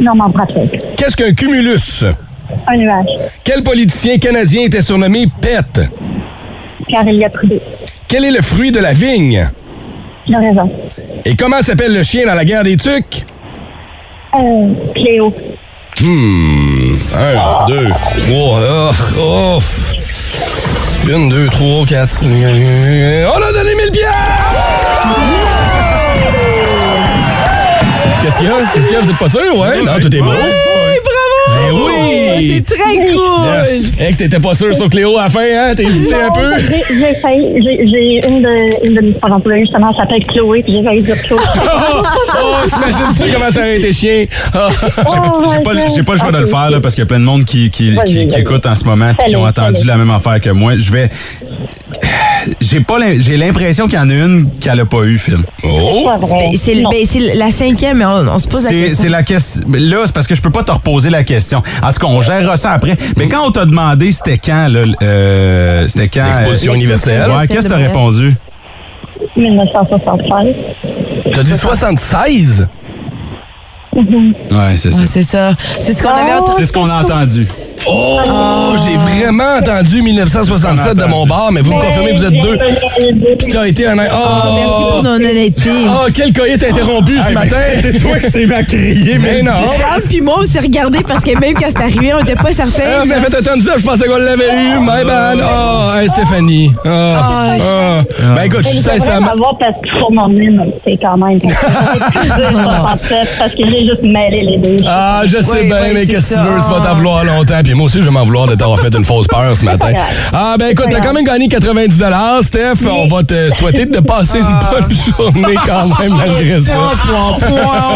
[SPEAKER 12] Norman Bradford.
[SPEAKER 3] Qu'est-ce qu'un cumulus?
[SPEAKER 12] Un nuage.
[SPEAKER 3] Quel politicien canadien était surnommé Pet?
[SPEAKER 12] Car il y a Trudeau.
[SPEAKER 3] Quel est le fruit de la vigne?
[SPEAKER 12] J'ai raison.
[SPEAKER 3] Et comment s'appelle le chien dans la guerre des tucs?
[SPEAKER 12] Euh, Cléo.
[SPEAKER 3] Hmm. Un, deux, trois. ah, Oh, Une, deux, trois, quatre. cinq. On a donné 1000 pièces! Qu'est-ce qu'il y a? Qu'est-ce qu'il y a? Vous êtes pas sûr? Ouais? Non, tout est beau.
[SPEAKER 6] bravo!
[SPEAKER 3] Ben oui!
[SPEAKER 6] Oh, C'est très cool!
[SPEAKER 3] Yes. Hey, que t'étais pas sûr sur Cléo à la fin, hein? T'as hésité un
[SPEAKER 12] Non,
[SPEAKER 3] peu?
[SPEAKER 12] J'ai j'ai failli. J'ai j'ai une de, une de mes parents justement, elle s'appelle Chloé, puis j'ai failli dire Chloé.
[SPEAKER 3] Oh, oh, t'imagines-tu comment ça aurait été chien?
[SPEAKER 6] Oh,
[SPEAKER 7] J'ai pas, le- j'ai pas le choix de le faire là, parce qu'il y a plein de monde qui, qui,
[SPEAKER 3] Vas-y,
[SPEAKER 7] qui, qui
[SPEAKER 3] vas-y.
[SPEAKER 7] écoute en ce moment et qui ont
[SPEAKER 3] Allez,
[SPEAKER 7] entendu
[SPEAKER 3] allez.
[SPEAKER 7] la même affaire que moi. Je vais. J'ai pas l'im- j'ai l'impression qu'il y en a une qu'elle a pas eu, Phil.
[SPEAKER 3] Oh!
[SPEAKER 6] C'est- C'est le- ben, c'est la cinquième, mais on, on se pose la
[SPEAKER 7] C'est
[SPEAKER 6] question.
[SPEAKER 7] c'est la question. Là, c'est parce que je peux pas te reposer la question. En tout cas, on gérera ça après. Mais quand on t'a demandé c'était quand, là, euh, c'était quand.
[SPEAKER 3] L'exposition
[SPEAKER 7] euh,
[SPEAKER 3] universelle.
[SPEAKER 7] Ouais, qu'est-ce que t'as répondu?
[SPEAKER 12] 1965.
[SPEAKER 3] T'as dit 76?
[SPEAKER 7] Ouais, c'est ça.
[SPEAKER 6] Ouais, c'est ça. C'est ce qu'on avait
[SPEAKER 3] Ah,
[SPEAKER 6] entendu.
[SPEAKER 7] C'est ce qu'on a entendu.
[SPEAKER 3] Oh! J'ai vraiment entendu 1967 de mon bar, mais vous me confirmez que vous êtes deux. Puis t'as été un. Oh,
[SPEAKER 6] Ben Ah, merci pour notre honnêteté.
[SPEAKER 3] Oh, quel coït interrompu
[SPEAKER 6] Hey,
[SPEAKER 3] ce
[SPEAKER 6] mais
[SPEAKER 3] matin!
[SPEAKER 6] c'est toi
[SPEAKER 7] qui s'est mis à crier,
[SPEAKER 3] mais non!
[SPEAKER 6] Brown Ah, puis moi, on s'est regardé parce que même quand c'est arrivé, on était pas
[SPEAKER 3] Ah,
[SPEAKER 6] certains.
[SPEAKER 3] mais faites attention, je pensais qu'on l'avait eu. My bad. Oh, hey, Stéphanie. Oh, oh. Ben écoute, je suis
[SPEAKER 12] Mais j'aimerais
[SPEAKER 3] sincèrement.
[SPEAKER 12] m'avoir parce que pour mon hymne, c'est quand même. J'ai plus de 67 parce que j'ai juste mêlé les deux.
[SPEAKER 3] Ah, je sais bien, mais qu'est-ce que tu veux? Tu vas t'en vouloir longtemps. Puis moi aussi, je vais m'en vouloir de t'avoir fait une fausse peur ce matin. Ah, ben écoute, t'as quand même gagné 90 Steph. On va te souhaiter de passer une bonne journée quand même, malgré ça.
[SPEAKER 6] Ah,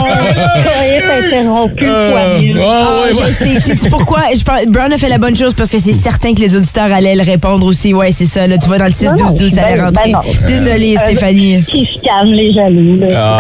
[SPEAKER 3] Euh, ouais,
[SPEAKER 6] je
[SPEAKER 3] ouais.
[SPEAKER 6] sais. C'est-tu pourquoi? Je pense- Brown a fait la bonne chose parce que c'est certain que les auditeurs allaient le répondre aussi. Ouais, c'est ça. Là, tu vois, dans le 6-12-12, ça allait
[SPEAKER 12] Ben, ben
[SPEAKER 6] rentrer.
[SPEAKER 12] non.
[SPEAKER 6] Désolée,
[SPEAKER 12] Euh,
[SPEAKER 6] Stéphanie.
[SPEAKER 12] Qui se calme les jaloux, là.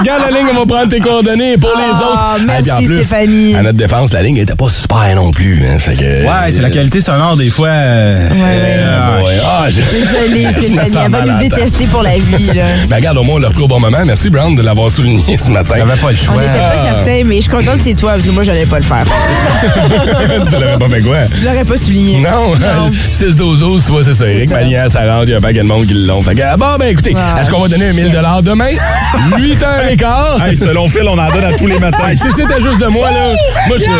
[SPEAKER 3] Regarde la ligne, on va prendre tes coordonnées pour les autres.
[SPEAKER 6] Ah, merci,
[SPEAKER 3] puis en plus,
[SPEAKER 6] Stéphanie.
[SPEAKER 3] À notre défense, la ligne était pas super non plus. hein, fait que,
[SPEAKER 7] Ouais, c'est la qualité sonore des fois. euh, euh,
[SPEAKER 3] ouais. Ah, je-
[SPEAKER 6] Désolée,
[SPEAKER 3] je me
[SPEAKER 6] Stéphanie.
[SPEAKER 3] sens
[SPEAKER 6] Elle va
[SPEAKER 3] mal à
[SPEAKER 6] nous
[SPEAKER 3] la tête.
[SPEAKER 6] détester pour la vie. Là.
[SPEAKER 3] Ben regarde, au moins, on l'a repris au bon moment. Merci, Brown, de l'avoir souligné ce matin. Ah, T'avais
[SPEAKER 7] pas le
[SPEAKER 6] On n'était pas certains, mais je suis contente que c'est toi parce que moi, je n'allais pas le faire.
[SPEAKER 3] tu l'aurais pas fait quoi?
[SPEAKER 6] Je l'aurais pas souligné.
[SPEAKER 3] Non, 6 12 12 tu vois, c'est ça. Eric Manière, ça rentre, il y a un paquet de monde qui l'ont. Fait que, ah, bon, ben écoutez, est-ce qu'on va donner un 1000 demain? 8h15.
[SPEAKER 7] Hey, selon Phil, on en donne à tous les matins.
[SPEAKER 3] si c'était juste de moi, là, moi, je suis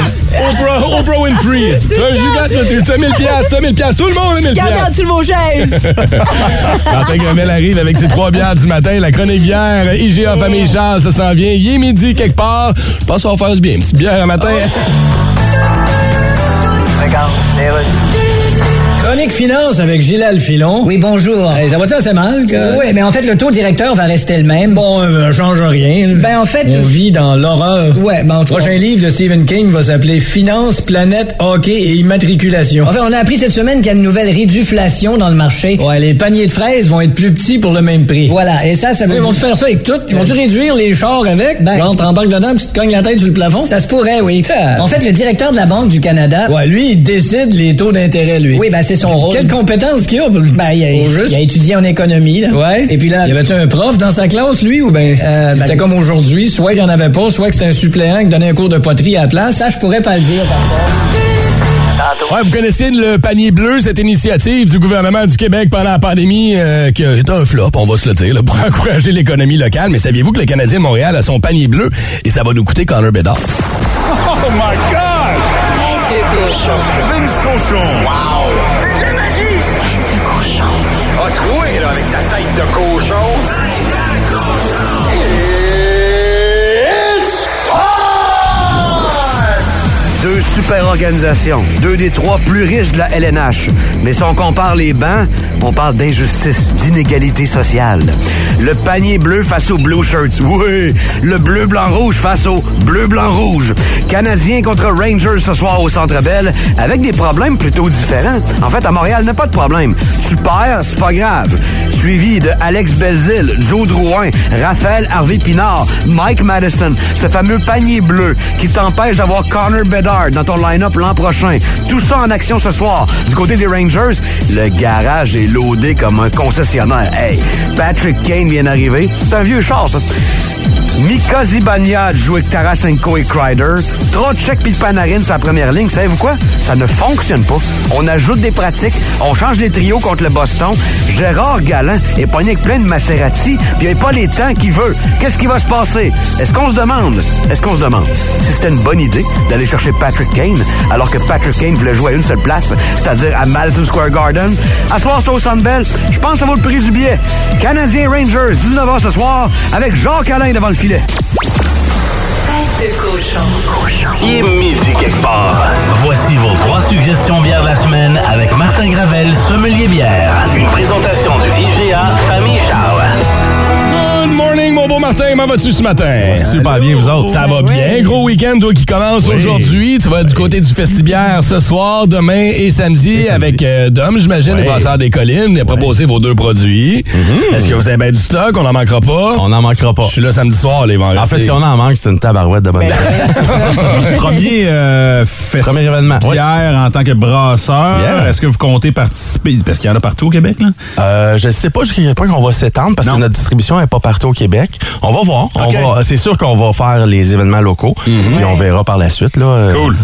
[SPEAKER 3] Oprah, Oprah Winfrey. T'as you got it, t'as 1000 piastres, t'as 1000 piastres, tout le monde a 1000
[SPEAKER 6] Gardez en
[SPEAKER 3] piastres.
[SPEAKER 6] dessous de vos chaises.
[SPEAKER 3] Martin Gravel arrive avec ses trois bières du matin, la chronique bière, IGA Famille Charles, ça s'en vient. Il est midi quelque part. Je pense qu'on va faire du bien. Une petite bière un matin.
[SPEAKER 13] Chronique finance avec Gilal Filon. Oui, bonjour. ça va-tu assez mal? Que... Oui, mais en fait, le taux directeur va rester le même. Bon, euh, change rien. Ben, en fait... On vit dans l'horreur. Ouais, ben, en tout prochain livre de Stephen King va s'appeler Finance, Planète, Hockey et Immatriculation. Enfin, on a appris cette semaine qu'il y a une nouvelle réduflation dans le marché. Ouais, les paniers de fraises vont être plus petits pour le même prix. Voilà, et ça, ça veut Ils vont te faire ça avec tout. Ils vont-tu réduire les chars avec? Ben, Genre, t'embarques dedans, puis tu te cognes la tête sur le plafond? Ça se pourrait, oui. En fait, le directeur de la Banque du Canada... Ouais, lui, il décide les taux d'intérêt, lui. Oui, ben, c'est son rôle. Quelle compétence qu'il a? pour- Ben, il a, il a étudié en économie, là. Ouais. Et puis là... Y avait-tu un prof dans sa classe, lui, ou ben... c'était comme aujourd'hui, soit il y en avait pas, soit que c'était un suppléant qui donnait un cours de poterie à la place. Ça, je pourrais pas le dire, par contre.
[SPEAKER 3] Ouais, vous connaissiez le panier bleu, cette initiative du gouvernement du Québec pendant la pandémie euh, qui est un flop, on va se le dire, là, pour encourager l'économie locale. Mais saviez-vous que le Canadien de Montréal a son panier bleu et ça va nous coûter Connor Bédard?
[SPEAKER 2] Oh my God! Tête de cochon. Vince cochon. Wow! C'est de la magie! Tête de cochon. A troué, là, avec ta tête de cochon. Tête de cochon. It's
[SPEAKER 14] Deux super organisations, deux des trois plus riches de la LNH. Mais si on compare les bancs, on parle d'injustice, d'inégalité sociale. Le panier bleu face aux blue shirts, oui. Le bleu blanc rouge face aux bleu blanc rouge. Canadiens contre Rangers ce soir au Centre Bell, avec des problèmes plutôt différents. En fait, à Montréal, n'a pas de problème. Tu perds, c'est pas grave. Suivi de Alex Belzil, Joe Drouin, Raphaël Harvey Pinard, Mike Madison, ce fameux panier bleu qui t'empêche d'avoir Connor Bedard dans ton line-up l'an prochain. Tout ça en action ce soir. Du côté des Rangers, le garage est loadé comme un concessionnaire. Hey, Patrick Kane vient d'arriver. C'est un vieux char, ça. Mika Zibania joue avec Tarasenko et Kreider. Trochek puis Panarin sur la première ligne. Savez-vous quoi? Ça ne fonctionne pas. On ajoute des pratiques. On change les trios contre le Boston. Gérard Galland est pogné avec plein de Maserati. Puis il n'a pas les temps qu'il veut. Qu'est-ce qui va se passer? Est-ce qu'on se demande? Est-ce qu'on se demande si c'était une bonne idée d'aller chercher Patrick Kane alors que Patrick Kane voulait jouer à une seule place, c'est-à-dire à Madison Square Garden? À soir, c'est au Sandbell. Je pense que ça vaut le prix du billet. Canadien Rangers, 19h ce soir, avec Jacques Alain devant le filet.
[SPEAKER 2] Tête de cochon. Il est midi quelque part. Voici vos trois suggestions bières de la semaine avec Martin Gravel, sommelier bière. Une présentation du IGA Famille Charles.
[SPEAKER 3] Good morning, mon beau Martin. Comment vas-tu ce matin? super bien, vous autres. Ça va bien. Gros week-end, toi, qui commence aujourd'hui. Tu vas du côté du festibiaire ce soir, demain et samedi, avec euh, Dom, j'imagine, les brasseurs des collines. Il a proposé vos deux produits. Est-ce que vous avez bien du stock? On n'en manquera pas. Mm-hmm. On n'en manquera pas. Je suis là samedi soir, les vendredis.
[SPEAKER 15] En fait, si on en manque, c'est une tabarouette de bonne
[SPEAKER 6] Ben,
[SPEAKER 14] Ben,
[SPEAKER 7] Premier euh, festi-
[SPEAKER 15] Premier événement.
[SPEAKER 7] Pierre, en tant que brasseur,
[SPEAKER 15] Yeah.
[SPEAKER 7] est-ce que vous comptez participer? Parce qu'il y en a partout au Québec, là.
[SPEAKER 15] Euh, je ne sais pas jusqu'à quel point qu'on va s'étendre parce que notre distribution n'est pas partout au Québec. On va voir. On va- c'est sûr qu'on va faire les événements locaux
[SPEAKER 14] Mhm.
[SPEAKER 15] et on verra par la suite. Là, cool.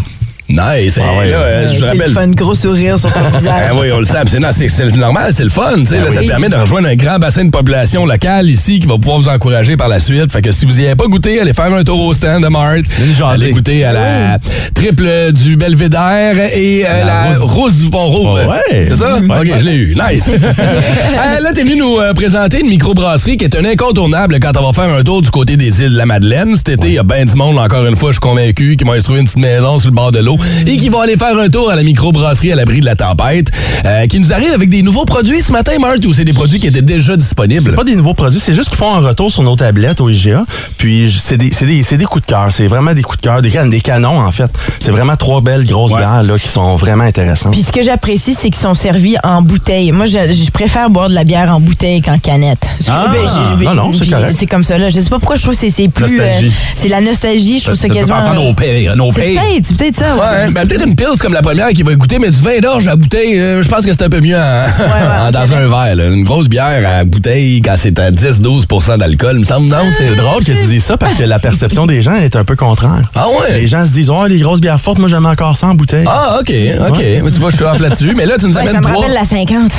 [SPEAKER 3] Nice. Et là, euh, je vous rappelle.
[SPEAKER 6] Un gros sourire sur ton visage.
[SPEAKER 3] Ah oui, on le sait, c'est, non, c'est- c'est normal, c'est le fun. tu sais, là, Ça
[SPEAKER 6] oui.
[SPEAKER 3] permet de rejoindre un grand bassin de population locale ici qui va pouvoir vous encourager par la suite. Fait que si vous n'y avez pas goûté, allez faire un tour au stand de Mart. Allez goûter à la triple du Belvédère et euh, la, rose. du Pont-Rouge.
[SPEAKER 15] Ouais. Mm.
[SPEAKER 3] C'est ça?
[SPEAKER 15] Ouais,
[SPEAKER 3] OK,
[SPEAKER 15] ouais.
[SPEAKER 3] je l'ai eu. Nice. Euh, là, t'es venu nous euh, présenter une microbrasserie qui est un incontournable quand on va faire un tour du côté des îles de la Madeleine. Cet été, il y a bien du monde, encore une fois, je suis convaincu, qui vont aller se trouver une petite maison sur le bord de l'eau
[SPEAKER 15] Mm.
[SPEAKER 3] et qui vont aller faire un tour à la microbrasserie à l'abri de la tempête, euh, qui nous arrive avec des nouveaux produits ce matin, Mart, ou c'est des produits qui étaient déjà disponibles?
[SPEAKER 15] C'est pas des nouveaux produits, c'est juste qu'ils font un retour sur nos tablettes au IGA. Puis je- c'est des, c'est des, c'est des coups de cœur, c'est vraiment des coups de cœur, des, can- des canons en fait. C'est vraiment trois belles grosses bières là, qui sont vraiment intéressantes.
[SPEAKER 6] Puis ce que j'apprécie, c'est qu'ils sont servis en bouteille. Moi, je, je préfère boire de la bière en bouteille qu'en canette. Je trouve-
[SPEAKER 15] Ah!
[SPEAKER 6] j'ai- ben,
[SPEAKER 15] Non, non, c'est
[SPEAKER 6] puis
[SPEAKER 15] correct.
[SPEAKER 6] C'est comme ça. Là. Je sais pas pourquoi je trouve que c'est- c'est plus... euh,
[SPEAKER 15] Nostalgie.
[SPEAKER 6] c'est la nostalgie. Je trouve ça quasiment... euh,
[SPEAKER 3] pères, nos
[SPEAKER 6] C'est peut-être, c'est peut-être ça. ouais.
[SPEAKER 3] Ouais, ben, peut-être une pils comme la première qui va goûter, mais du vin d'orge à bouteille, euh, je pense que c'est un peu mieux en- en- dans un verre. là. Une grosse bière à bouteille quand c'est à 10-12 d'alcool, il me semble, non?
[SPEAKER 15] C'est drôle que tu dises ça parce que la perception des gens est un peu contraire.
[SPEAKER 3] Ah ouais?
[SPEAKER 15] Les gens se disent, oh, les grosses bières fortes, moi j'aime encore ça en bouteille.
[SPEAKER 3] Ah, OK, OK. Mais tu vois, je suis off là-dessus. Mais là, tu nous
[SPEAKER 6] Ouais,
[SPEAKER 3] amènes
[SPEAKER 6] ça me
[SPEAKER 3] trois.
[SPEAKER 6] rappelle la 50.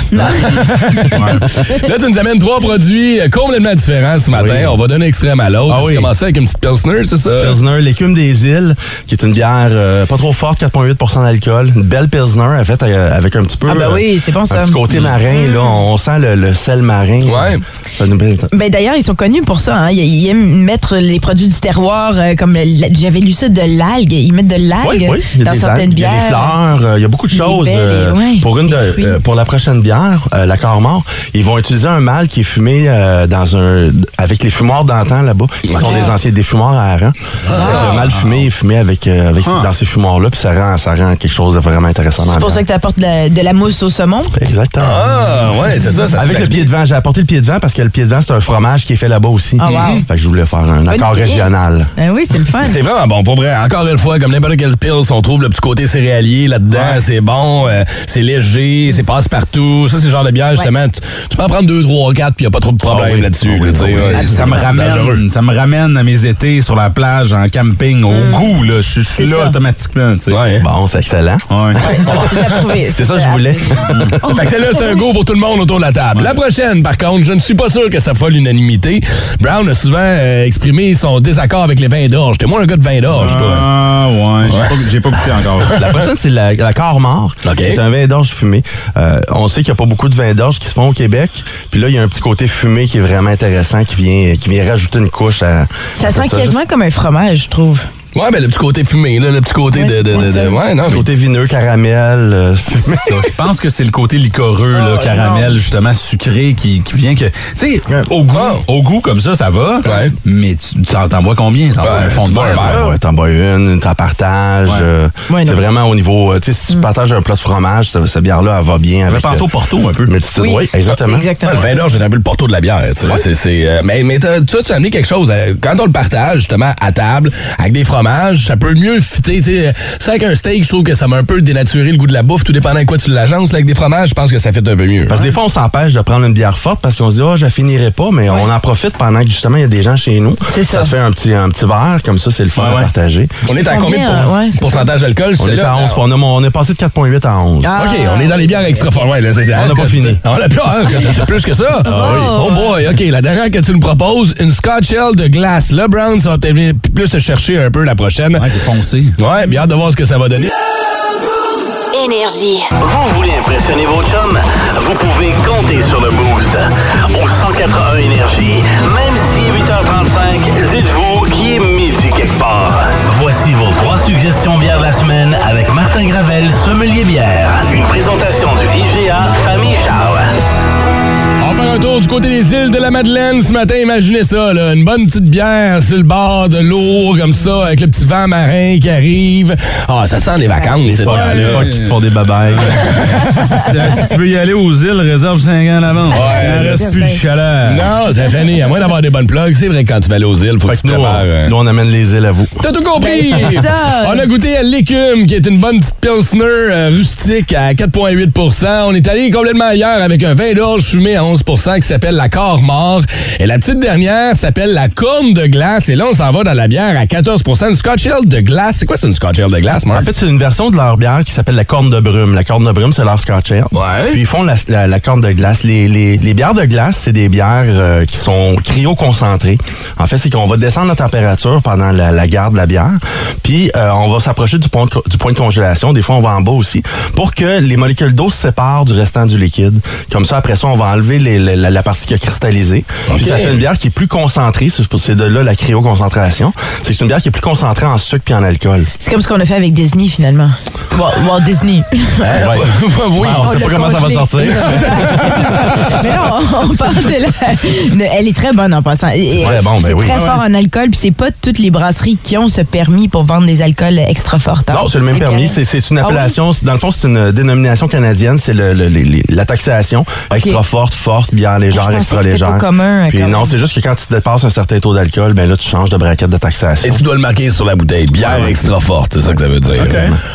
[SPEAKER 3] Là, tu nous amènes trois produits euh, complètement différents ce matin. On va donner extrême à l'autre. Tu commençais avec une petite Pilsner, c'est ça?
[SPEAKER 15] Ah Pilsner, l'écume des îles, qui est une bière euh, pas trop forte, 4,8 d'alcool. Une belle Pilsner, en fait, euh, avec un petit peu.
[SPEAKER 6] Ah ben
[SPEAKER 15] euh,
[SPEAKER 6] oui, c'est bon, ça.
[SPEAKER 15] Un petit côté
[SPEAKER 6] Mm.
[SPEAKER 15] marin, là. On sent le, le sel marin. Ouais. Ça nous plaît.
[SPEAKER 6] Ben d'ailleurs, ils sont connus pour ça. Hein. Ils, ils aiment mettre les produits du terroir, euh, comme la- j'avais lu ça, de l'algue. Ils mettent de l'algue
[SPEAKER 15] Oui, oui. Il y a
[SPEAKER 6] dans
[SPEAKER 15] des algues,
[SPEAKER 6] certaines
[SPEAKER 15] Il y a
[SPEAKER 6] bières.
[SPEAKER 15] des fleurs, euh, il y a beaucoup de
[SPEAKER 6] Des
[SPEAKER 15] choses.
[SPEAKER 6] belles,
[SPEAKER 15] euh,
[SPEAKER 6] ouais,
[SPEAKER 15] pour, une
[SPEAKER 6] des
[SPEAKER 15] de-
[SPEAKER 6] fruits.
[SPEAKER 15] euh, pour la prochaine bière, euh, l'accord mort, ils vont utiliser un mâle qui est fumé euh, dans un, avec les fumoirs d'antan là-bas, qui sont des anciens des fumoirs à Aran. Le mâle fumé est fumé avec, euh, avec
[SPEAKER 6] Ah.
[SPEAKER 15] dans ces fumoirs-là, puis ça rend, ça rend quelque chose de vraiment intéressant. dans
[SPEAKER 6] C'est
[SPEAKER 15] la
[SPEAKER 6] pour ça que
[SPEAKER 15] bière.
[SPEAKER 6] tu apportes de la, de la mousse au saumon.
[SPEAKER 15] Exactement.
[SPEAKER 3] Ah, ouais, c'est ça, ça se
[SPEAKER 15] Avec le
[SPEAKER 3] fait
[SPEAKER 15] pied de vent. J'ai apporté le pied de vent parce que le pied de vent, c'est un fromage qui est fait là-bas aussi.
[SPEAKER 6] Ah, wow.
[SPEAKER 15] Fait que je voulais faire un accord
[SPEAKER 6] idée.
[SPEAKER 15] régional.
[SPEAKER 6] Ben oui, c'est le fun.
[SPEAKER 3] C'est vraiment bon, pour vrai. Encore une fois, comme n'importe quelle pils, on trouve le petit côté céréalier là-dedans. C'est bon, euh, c'est léger, c'est passe-partout. Ça, c'est le genre de bière, justement. Tu, tu peux en prendre deux, trois, quatre, puis il n'y a pas trop de problème là-dessus. là, tu sais, ouais.
[SPEAKER 7] Ah, ça me
[SPEAKER 3] C'est dangereux.
[SPEAKER 7] ramène,
[SPEAKER 3] Mm.
[SPEAKER 7] ça me ramène à mes étés sur la plage en camping au goût là, je je suis là automatiquement. ans. tu sais.
[SPEAKER 3] hein.
[SPEAKER 15] Bon, c'est excellent.
[SPEAKER 3] C'est ça que je voulais. fait que celle-là, c'est un go pour tout le monde autour de la table. La prochaine, par contre, je ne suis pas sûr que ça fasse l'unanimité. Brown a souvent euh, exprimé son désaccord avec les vins d'orge. T'es moins un gars de vin d'orge, toi.
[SPEAKER 7] Ah, ouais.
[SPEAKER 3] Ouais.
[SPEAKER 7] J'ai pas, j'ai pas goûté encore.
[SPEAKER 15] La prochaine, c'est la, la corps mort. C'est Ah. un vin d'orge fumé. Euh, on sait qu'il n'y a pas beaucoup de vins d'orge qui se font au Québec. Puis là, il y a un petit côté fumé qui est vraiment intéressant, qui vient, qui vient rajouter une couche à.
[SPEAKER 6] Ça
[SPEAKER 15] à
[SPEAKER 6] sent
[SPEAKER 15] juste-
[SPEAKER 6] quasiment comme un fromage, je trouve.
[SPEAKER 3] Ouais, mais le petit côté fumé, là, le petit côté de, de, de, de- Ouais, non. mais-
[SPEAKER 15] Côté vineux, caramel, euh,
[SPEAKER 7] C'est ça. Ah, Je pense que c'est le côté licoreux, là, caramel, justement, sucré, qui, qui vient que. Tu sais, au goût, au goût comme ça, ça va. Mais tu tu en- t'en bois combien? T'en bois un fond de
[SPEAKER 15] Ouais,
[SPEAKER 7] verre.
[SPEAKER 15] ouais, ouais, ben, t'en bois une, t'en partages. euh, c'est vraiment au niveau. euh, tu sais, si tu partages un plat de fromage, ce- cette bière-là, elle va bien. Avec, euh,
[SPEAKER 7] penser au
[SPEAKER 15] Porto un peu. oui, exactement.
[SPEAKER 3] Ah, le vin d'orge, c'est un peu le porto de la bière. tu sais. C'est- c'est, euh, mais mais t'as- toi, tu as amené quelque chose. euh, Quand on le partage, justement, à table, avec des fromages, ça peut mieux fitter. tu sais. Ça, avec un steak, je trouve que ça m'a un peu dénaturé le goût de la bouffe. Tout dépendant de quoi tu l'agences, là, avec des fromages, je pense que ça fait un peu mieux.
[SPEAKER 15] Parce que des fois, on s'empêche de prendre une bière forte parce qu'on se dit, oh, je la finirai pas, mais on en profite pendant que justement, il y a des gens chez nous. Ça. te fait un petit, un petit verre, comme ça, c'est hein? le fun à partager.
[SPEAKER 3] On est à combien de pour- pourcentage d'alcool?
[SPEAKER 15] On est
[SPEAKER 3] celle-là?
[SPEAKER 15] à 11, on, a, mon- on est passé de 4,8 à 11.
[SPEAKER 3] Ah. OK, on est dans les bières extra fortes. Ouais, là, c'est-
[SPEAKER 15] On n'a pas fini.
[SPEAKER 3] On l'a plus, hein, que- c'est plus que ça.
[SPEAKER 15] Ah oui.
[SPEAKER 3] Oh boy, OK. La dernière que tu me proposes, une Scotch Ale de glace. Le Brown, ça va peut-être venir plus se chercher un peu la prochaine. Ouais, c'est
[SPEAKER 7] foncé.
[SPEAKER 3] Ouais, bien hâte de voir ce que ça va donner.
[SPEAKER 2] Énergie. Vous voulez impressionner vos chums? Vous pouvez compter sur le boost. Au 181 Énergie, même si 8h35, dites-vous qu'il est midi quelque part. Voici vos trois suggestions bières de la semaine avec Martin Gravel, sommelier bière. Une présentation du IGA Famille Charles.
[SPEAKER 3] On va faire un tour du côté des îles de la Madeleine ce matin. Imaginez ça, là, une bonne petite bière sur le bord de l'eau, comme ça, avec le petit vent marin qui arrive. Ah, ça sent les vacances. c'est
[SPEAKER 7] fuck- les fuck qui te font
[SPEAKER 15] des babayes.
[SPEAKER 7] si tu veux y aller aux îles, réserve 5 ans à l'avance. Il en reste plus de
[SPEAKER 15] Euh.
[SPEAKER 7] chaleur.
[SPEAKER 3] Non, c'est fini. À moins d'avoir des bonnes plugs, c'est vrai que quand tu vas aller aux îles, faut que tu
[SPEAKER 7] Oh.
[SPEAKER 3] te prépares. euh,
[SPEAKER 15] Nous, on amène les îles à vous.
[SPEAKER 3] T'as tout compris!
[SPEAKER 15] Ben, c'est ça.
[SPEAKER 3] On a goûté à l'écume, qui est une bonne petite pilsner euh, rustique à 4,8 On est allé complètement ailleurs avec un vin d'orge fumé à 11 qui s'appelle la corps mort. Et la petite dernière s'appelle la corne de glace. Et là, on s'en va dans la bière à 14 Une Scotch Ale de glace. C'est quoi, c'est une Scotch Ale de glace, moi?
[SPEAKER 15] En fait, c'est une version de leur bière qui s'appelle la corne de brume. La corne de brume, c'est leur scotch ale. Puis ils font la, la- la corne de glace. Les, les- les bières de glace, c'est des bières euh, qui sont cryo-concentrées. En fait, c'est qu'on va descendre la température pendant la, la garde de la bière. Puis euh, on va s'approcher du point, de, co- du point de congélation. Des fois, on va en bas aussi. Pour que les molécules d'eau se séparent du restant du liquide. Comme ça, après ça, on va enlever les- la, la- la partie qui a cristallisé. Puis
[SPEAKER 7] Ok.
[SPEAKER 15] ça fait une bière qui est plus concentrée. C'est c'est de là la cryo-concentration. C'est que c'est une bière qui est plus concentrée en sucre puis en alcool.
[SPEAKER 6] C'est comme ce qu'on a fait avec Disney, finalement. Walt, Walt Disney. Ah,
[SPEAKER 15] Ouais.
[SPEAKER 3] oui.
[SPEAKER 15] on sait
[SPEAKER 6] l'a
[SPEAKER 15] pas comment ça va
[SPEAKER 6] congelé.
[SPEAKER 15] sortir.
[SPEAKER 6] Mais non, on, on parle de la... de- Elle est très bonne en passant. Et-
[SPEAKER 15] C'est très bon, ben
[SPEAKER 6] c'est
[SPEAKER 15] oui.
[SPEAKER 6] très
[SPEAKER 15] Ouais,
[SPEAKER 6] fort en alcool, puis c'est pas toutes les brasseries qui ont ce permis pour vendre des alcools extra forts. hein.
[SPEAKER 15] Non, c'est le même
[SPEAKER 6] Et
[SPEAKER 15] permis.
[SPEAKER 6] bien-
[SPEAKER 15] C'est- C'est une
[SPEAKER 6] Ah oui?
[SPEAKER 15] appellation. c'est- Dans le fond, c'est une dénomination canadienne. C'est le- le- les- les- la taxation. Extra forte, forte, bière légère,
[SPEAKER 6] Ah, pensais
[SPEAKER 15] extra
[SPEAKER 6] que c'était
[SPEAKER 15] légère.
[SPEAKER 6] pas commun,
[SPEAKER 15] Puis
[SPEAKER 6] quand
[SPEAKER 15] non,
[SPEAKER 6] même.
[SPEAKER 15] c'est juste que quand tu dépasses un certain taux d'alcool, ben là, tu changes de braquette de taxation.
[SPEAKER 3] Et tu dois le marquer sur la bouteille. Bière extra forte, c'est ça que ça veut dire.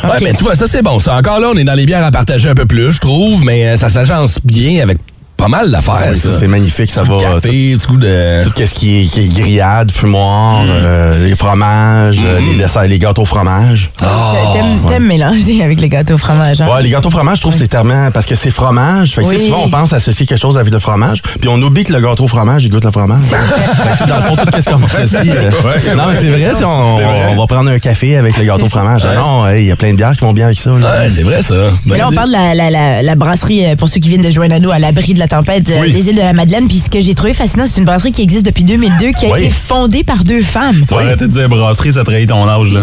[SPEAKER 3] Ouais, mais tu vois, ça c'est bon. Ça, encore là, on est dans les bières à partager un peu plus, je trouve, mais euh, ça s'agence bien avec pas mal d'affaires.
[SPEAKER 15] Oui, ça,
[SPEAKER 3] ça.
[SPEAKER 15] c'est magnifique, ça
[SPEAKER 3] Petit
[SPEAKER 15] va.
[SPEAKER 3] goût de café, petit goût de. Mm.
[SPEAKER 15] Tout ce qui est, qui est grillade, fumoir, euh, les fromages, euh, les desserts, les gâteaux au fromage.
[SPEAKER 3] Ah.
[SPEAKER 6] T'aimes
[SPEAKER 15] Ah, Ouais.
[SPEAKER 6] t'aimes mélanger avec les gâteaux au fromage. hein?
[SPEAKER 15] Ouais, les gâteaux au fromage, je trouve que c'est tellement. Parce que c'est fromage. Fait que, tu sais,
[SPEAKER 6] Oui.
[SPEAKER 15] souvent, on pense associer quelque chose avec le fromage, puis on oublie que le gâteau au fromage, il goûte le fromage. Fait que dans le fond, tout qu'est-ce qu'on associe. euh,
[SPEAKER 7] Ouais,
[SPEAKER 15] non,
[SPEAKER 7] ouais.
[SPEAKER 15] mais c'est vrai, si on,
[SPEAKER 7] C'est vrai.
[SPEAKER 15] on va prendre un café avec le gâteau au fromage. Ah Non, hey, il y a plein de bières qui vont bien avec ça. là.
[SPEAKER 3] Ouais, c'est vrai, ça.
[SPEAKER 6] Mais là, on parle de la, la- la- la brasserie, euh, pour ceux qui viennent de joindre nous à l'abri de la tempête euh,
[SPEAKER 15] Oui.
[SPEAKER 6] des îles de la Madeleine. Puis ce que j'ai trouvé fascinant, c'est une brasserie qui existe depuis 2002, qui a
[SPEAKER 7] Oui.
[SPEAKER 6] été fondée par deux femmes.
[SPEAKER 7] Tu vas arrêter de dire brasserie, ça trahit ton âge, là.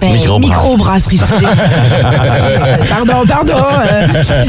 [SPEAKER 6] Ben, microbrasserie, excusez. pardon, pardon. euh,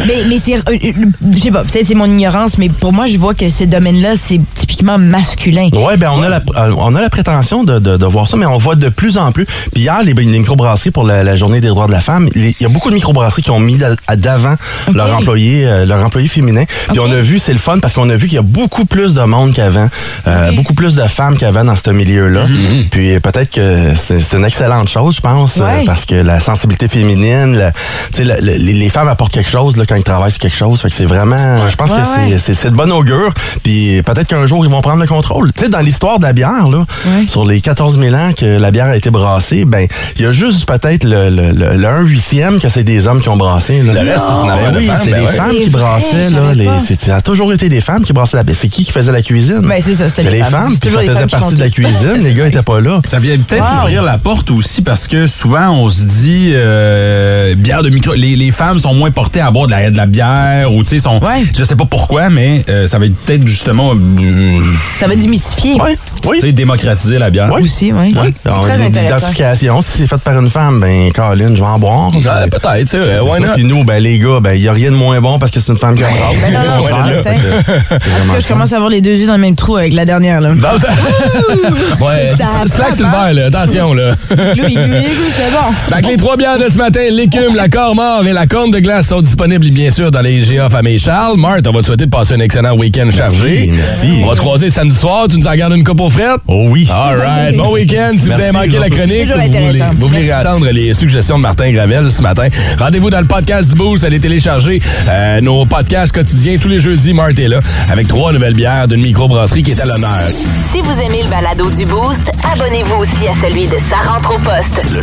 [SPEAKER 6] mais mais c'est. euh, euh, je sais pas, peut-être c'est mon ignorance, mais pour moi, je vois que ce domaine-là, c'est typiquement masculin.
[SPEAKER 15] Ouais, ben on a la, euh, on a la prétention de, de- de voir ça, mais on voit de plus en plus. Puis hier, les, les microbrasseries pour la, la journée des droits de la femme, les- il y a beaucoup de microbrasseries qui ont mis d'a- à- d'avant leur employé, euh, leur employé féminin. Puis on a vu, c'est le fun parce qu'on a vu qu'il y a beaucoup plus de monde qu'avant, Mhm. euh, beaucoup plus de femmes qu'avant dans ce milieu-là. Puis peut-être que c'est c'est une excellente chose, je pense. pense, euh,
[SPEAKER 6] Ouais.
[SPEAKER 15] parce que la sensibilité féminine, la- tu sais, la- la- les les femmes apportent quelque chose là, quand ils travaillent sur quelque chose. Fait que c'est vraiment, je pense
[SPEAKER 6] Ouais,
[SPEAKER 15] que c'est-
[SPEAKER 6] ouais.
[SPEAKER 15] c'est c'est de bonne augure. Puis peut-être qu'un jour, ils vont prendre le contrôle. Tu sais, dans l'histoire de la bière, là, sur les 14 000 ans que la bière a été brassée, ben il y a juste peut-être le, le, le, le 1 huitième que c'est des hommes qui ont brassé. Là.
[SPEAKER 3] Le reste, c'est une
[SPEAKER 15] Ben
[SPEAKER 3] affaire de
[SPEAKER 15] oui,
[SPEAKER 3] femmes,
[SPEAKER 15] c'est
[SPEAKER 3] ben
[SPEAKER 15] les
[SPEAKER 3] ouais.
[SPEAKER 15] femmes qui
[SPEAKER 3] C'est vrai,
[SPEAKER 15] brassaient.
[SPEAKER 3] je
[SPEAKER 15] Là,
[SPEAKER 3] savais
[SPEAKER 15] les-
[SPEAKER 3] pas.
[SPEAKER 15] c'est- ça a toujours été les femmes qui brassaient la bière. C'est qui qui faisait la cuisine?
[SPEAKER 6] Ben, c'est ça, c'était les
[SPEAKER 15] les
[SPEAKER 6] femmes.
[SPEAKER 15] femmes.
[SPEAKER 6] C'est
[SPEAKER 15] Puis
[SPEAKER 6] toujours
[SPEAKER 15] ça
[SPEAKER 6] les
[SPEAKER 15] faisait
[SPEAKER 6] femmes qui
[SPEAKER 15] partie
[SPEAKER 6] font
[SPEAKER 15] de la
[SPEAKER 6] tout.
[SPEAKER 15] cuisine. les gars étaient pas là.
[SPEAKER 7] Ça vient peut-être
[SPEAKER 15] Wow.
[SPEAKER 7] ouvrir la porte aussi parce que souvent on se dit euh, bière de micro. Les, les femmes sont moins portées à boire de la, de la bière ou tu sais sont. Je sais pas pourquoi, mais euh, ça va être peut-être justement. euh,
[SPEAKER 6] Ça va démystifier.
[SPEAKER 7] Tu sais, démocratiser la bière.
[SPEAKER 6] Aussi, oui.
[SPEAKER 15] Alors,
[SPEAKER 6] Très
[SPEAKER 15] une
[SPEAKER 6] intéressant.
[SPEAKER 15] identification, si c'est fait par une femme, ben Colin, je vais en boire.
[SPEAKER 3] Ouais, peut-être, c'est vrai, why
[SPEAKER 15] ça.
[SPEAKER 3] not?
[SPEAKER 15] Puis nous, ben les gars, ben il n'y a rien de moins bon parce que c'est une femme qui en brasse.
[SPEAKER 6] Ben non, non,
[SPEAKER 15] Au
[SPEAKER 6] c'est
[SPEAKER 15] contraire.
[SPEAKER 6] certain.
[SPEAKER 15] Fait que c'est
[SPEAKER 6] En tout
[SPEAKER 15] vraiment
[SPEAKER 6] cas, je commence à avoir les deux yeux dans le même trou avec la dernière.
[SPEAKER 15] Ben.
[SPEAKER 6] Là.
[SPEAKER 3] Ouais,
[SPEAKER 6] Ça
[SPEAKER 3] slack sur le verre, là. Attention, là.
[SPEAKER 6] Iglou, iglou, iglou, c'est bon.
[SPEAKER 3] Fait que les trois bières de ce matin, l'écume, la corps mort et la corne de glace sont disponibles, bien sûr, dans les GA Famille Charles. Marthe, on va te souhaiter de passer un excellent week-end chargé.
[SPEAKER 15] merci.
[SPEAKER 3] On va se croiser samedi soir. Tu nous en gardes une coupe aux frettes?
[SPEAKER 15] Oh oui.
[SPEAKER 3] All right. Bon week-end. Si vous
[SPEAKER 15] Merci,
[SPEAKER 3] avez manqué
[SPEAKER 15] vous
[SPEAKER 3] la
[SPEAKER 15] autres aussi.
[SPEAKER 3] chronique,
[SPEAKER 15] Toujours
[SPEAKER 3] vous voulez,
[SPEAKER 15] intéressant.
[SPEAKER 3] vous voulez attendre les suggestions de Martin Gravel ce matin, rendez-vous dans le podcast du Boost. Allez télécharger euh, nos podcasts quotidiens tous les jeudis. Marthe est là avec trois nouvelles bières d'une microbrasserie qui est à l'honneur.
[SPEAKER 16] Si vous aimez le balado du Boost, abonnez-vous aussi à celui de Sa rentre au poste.
[SPEAKER 2] Le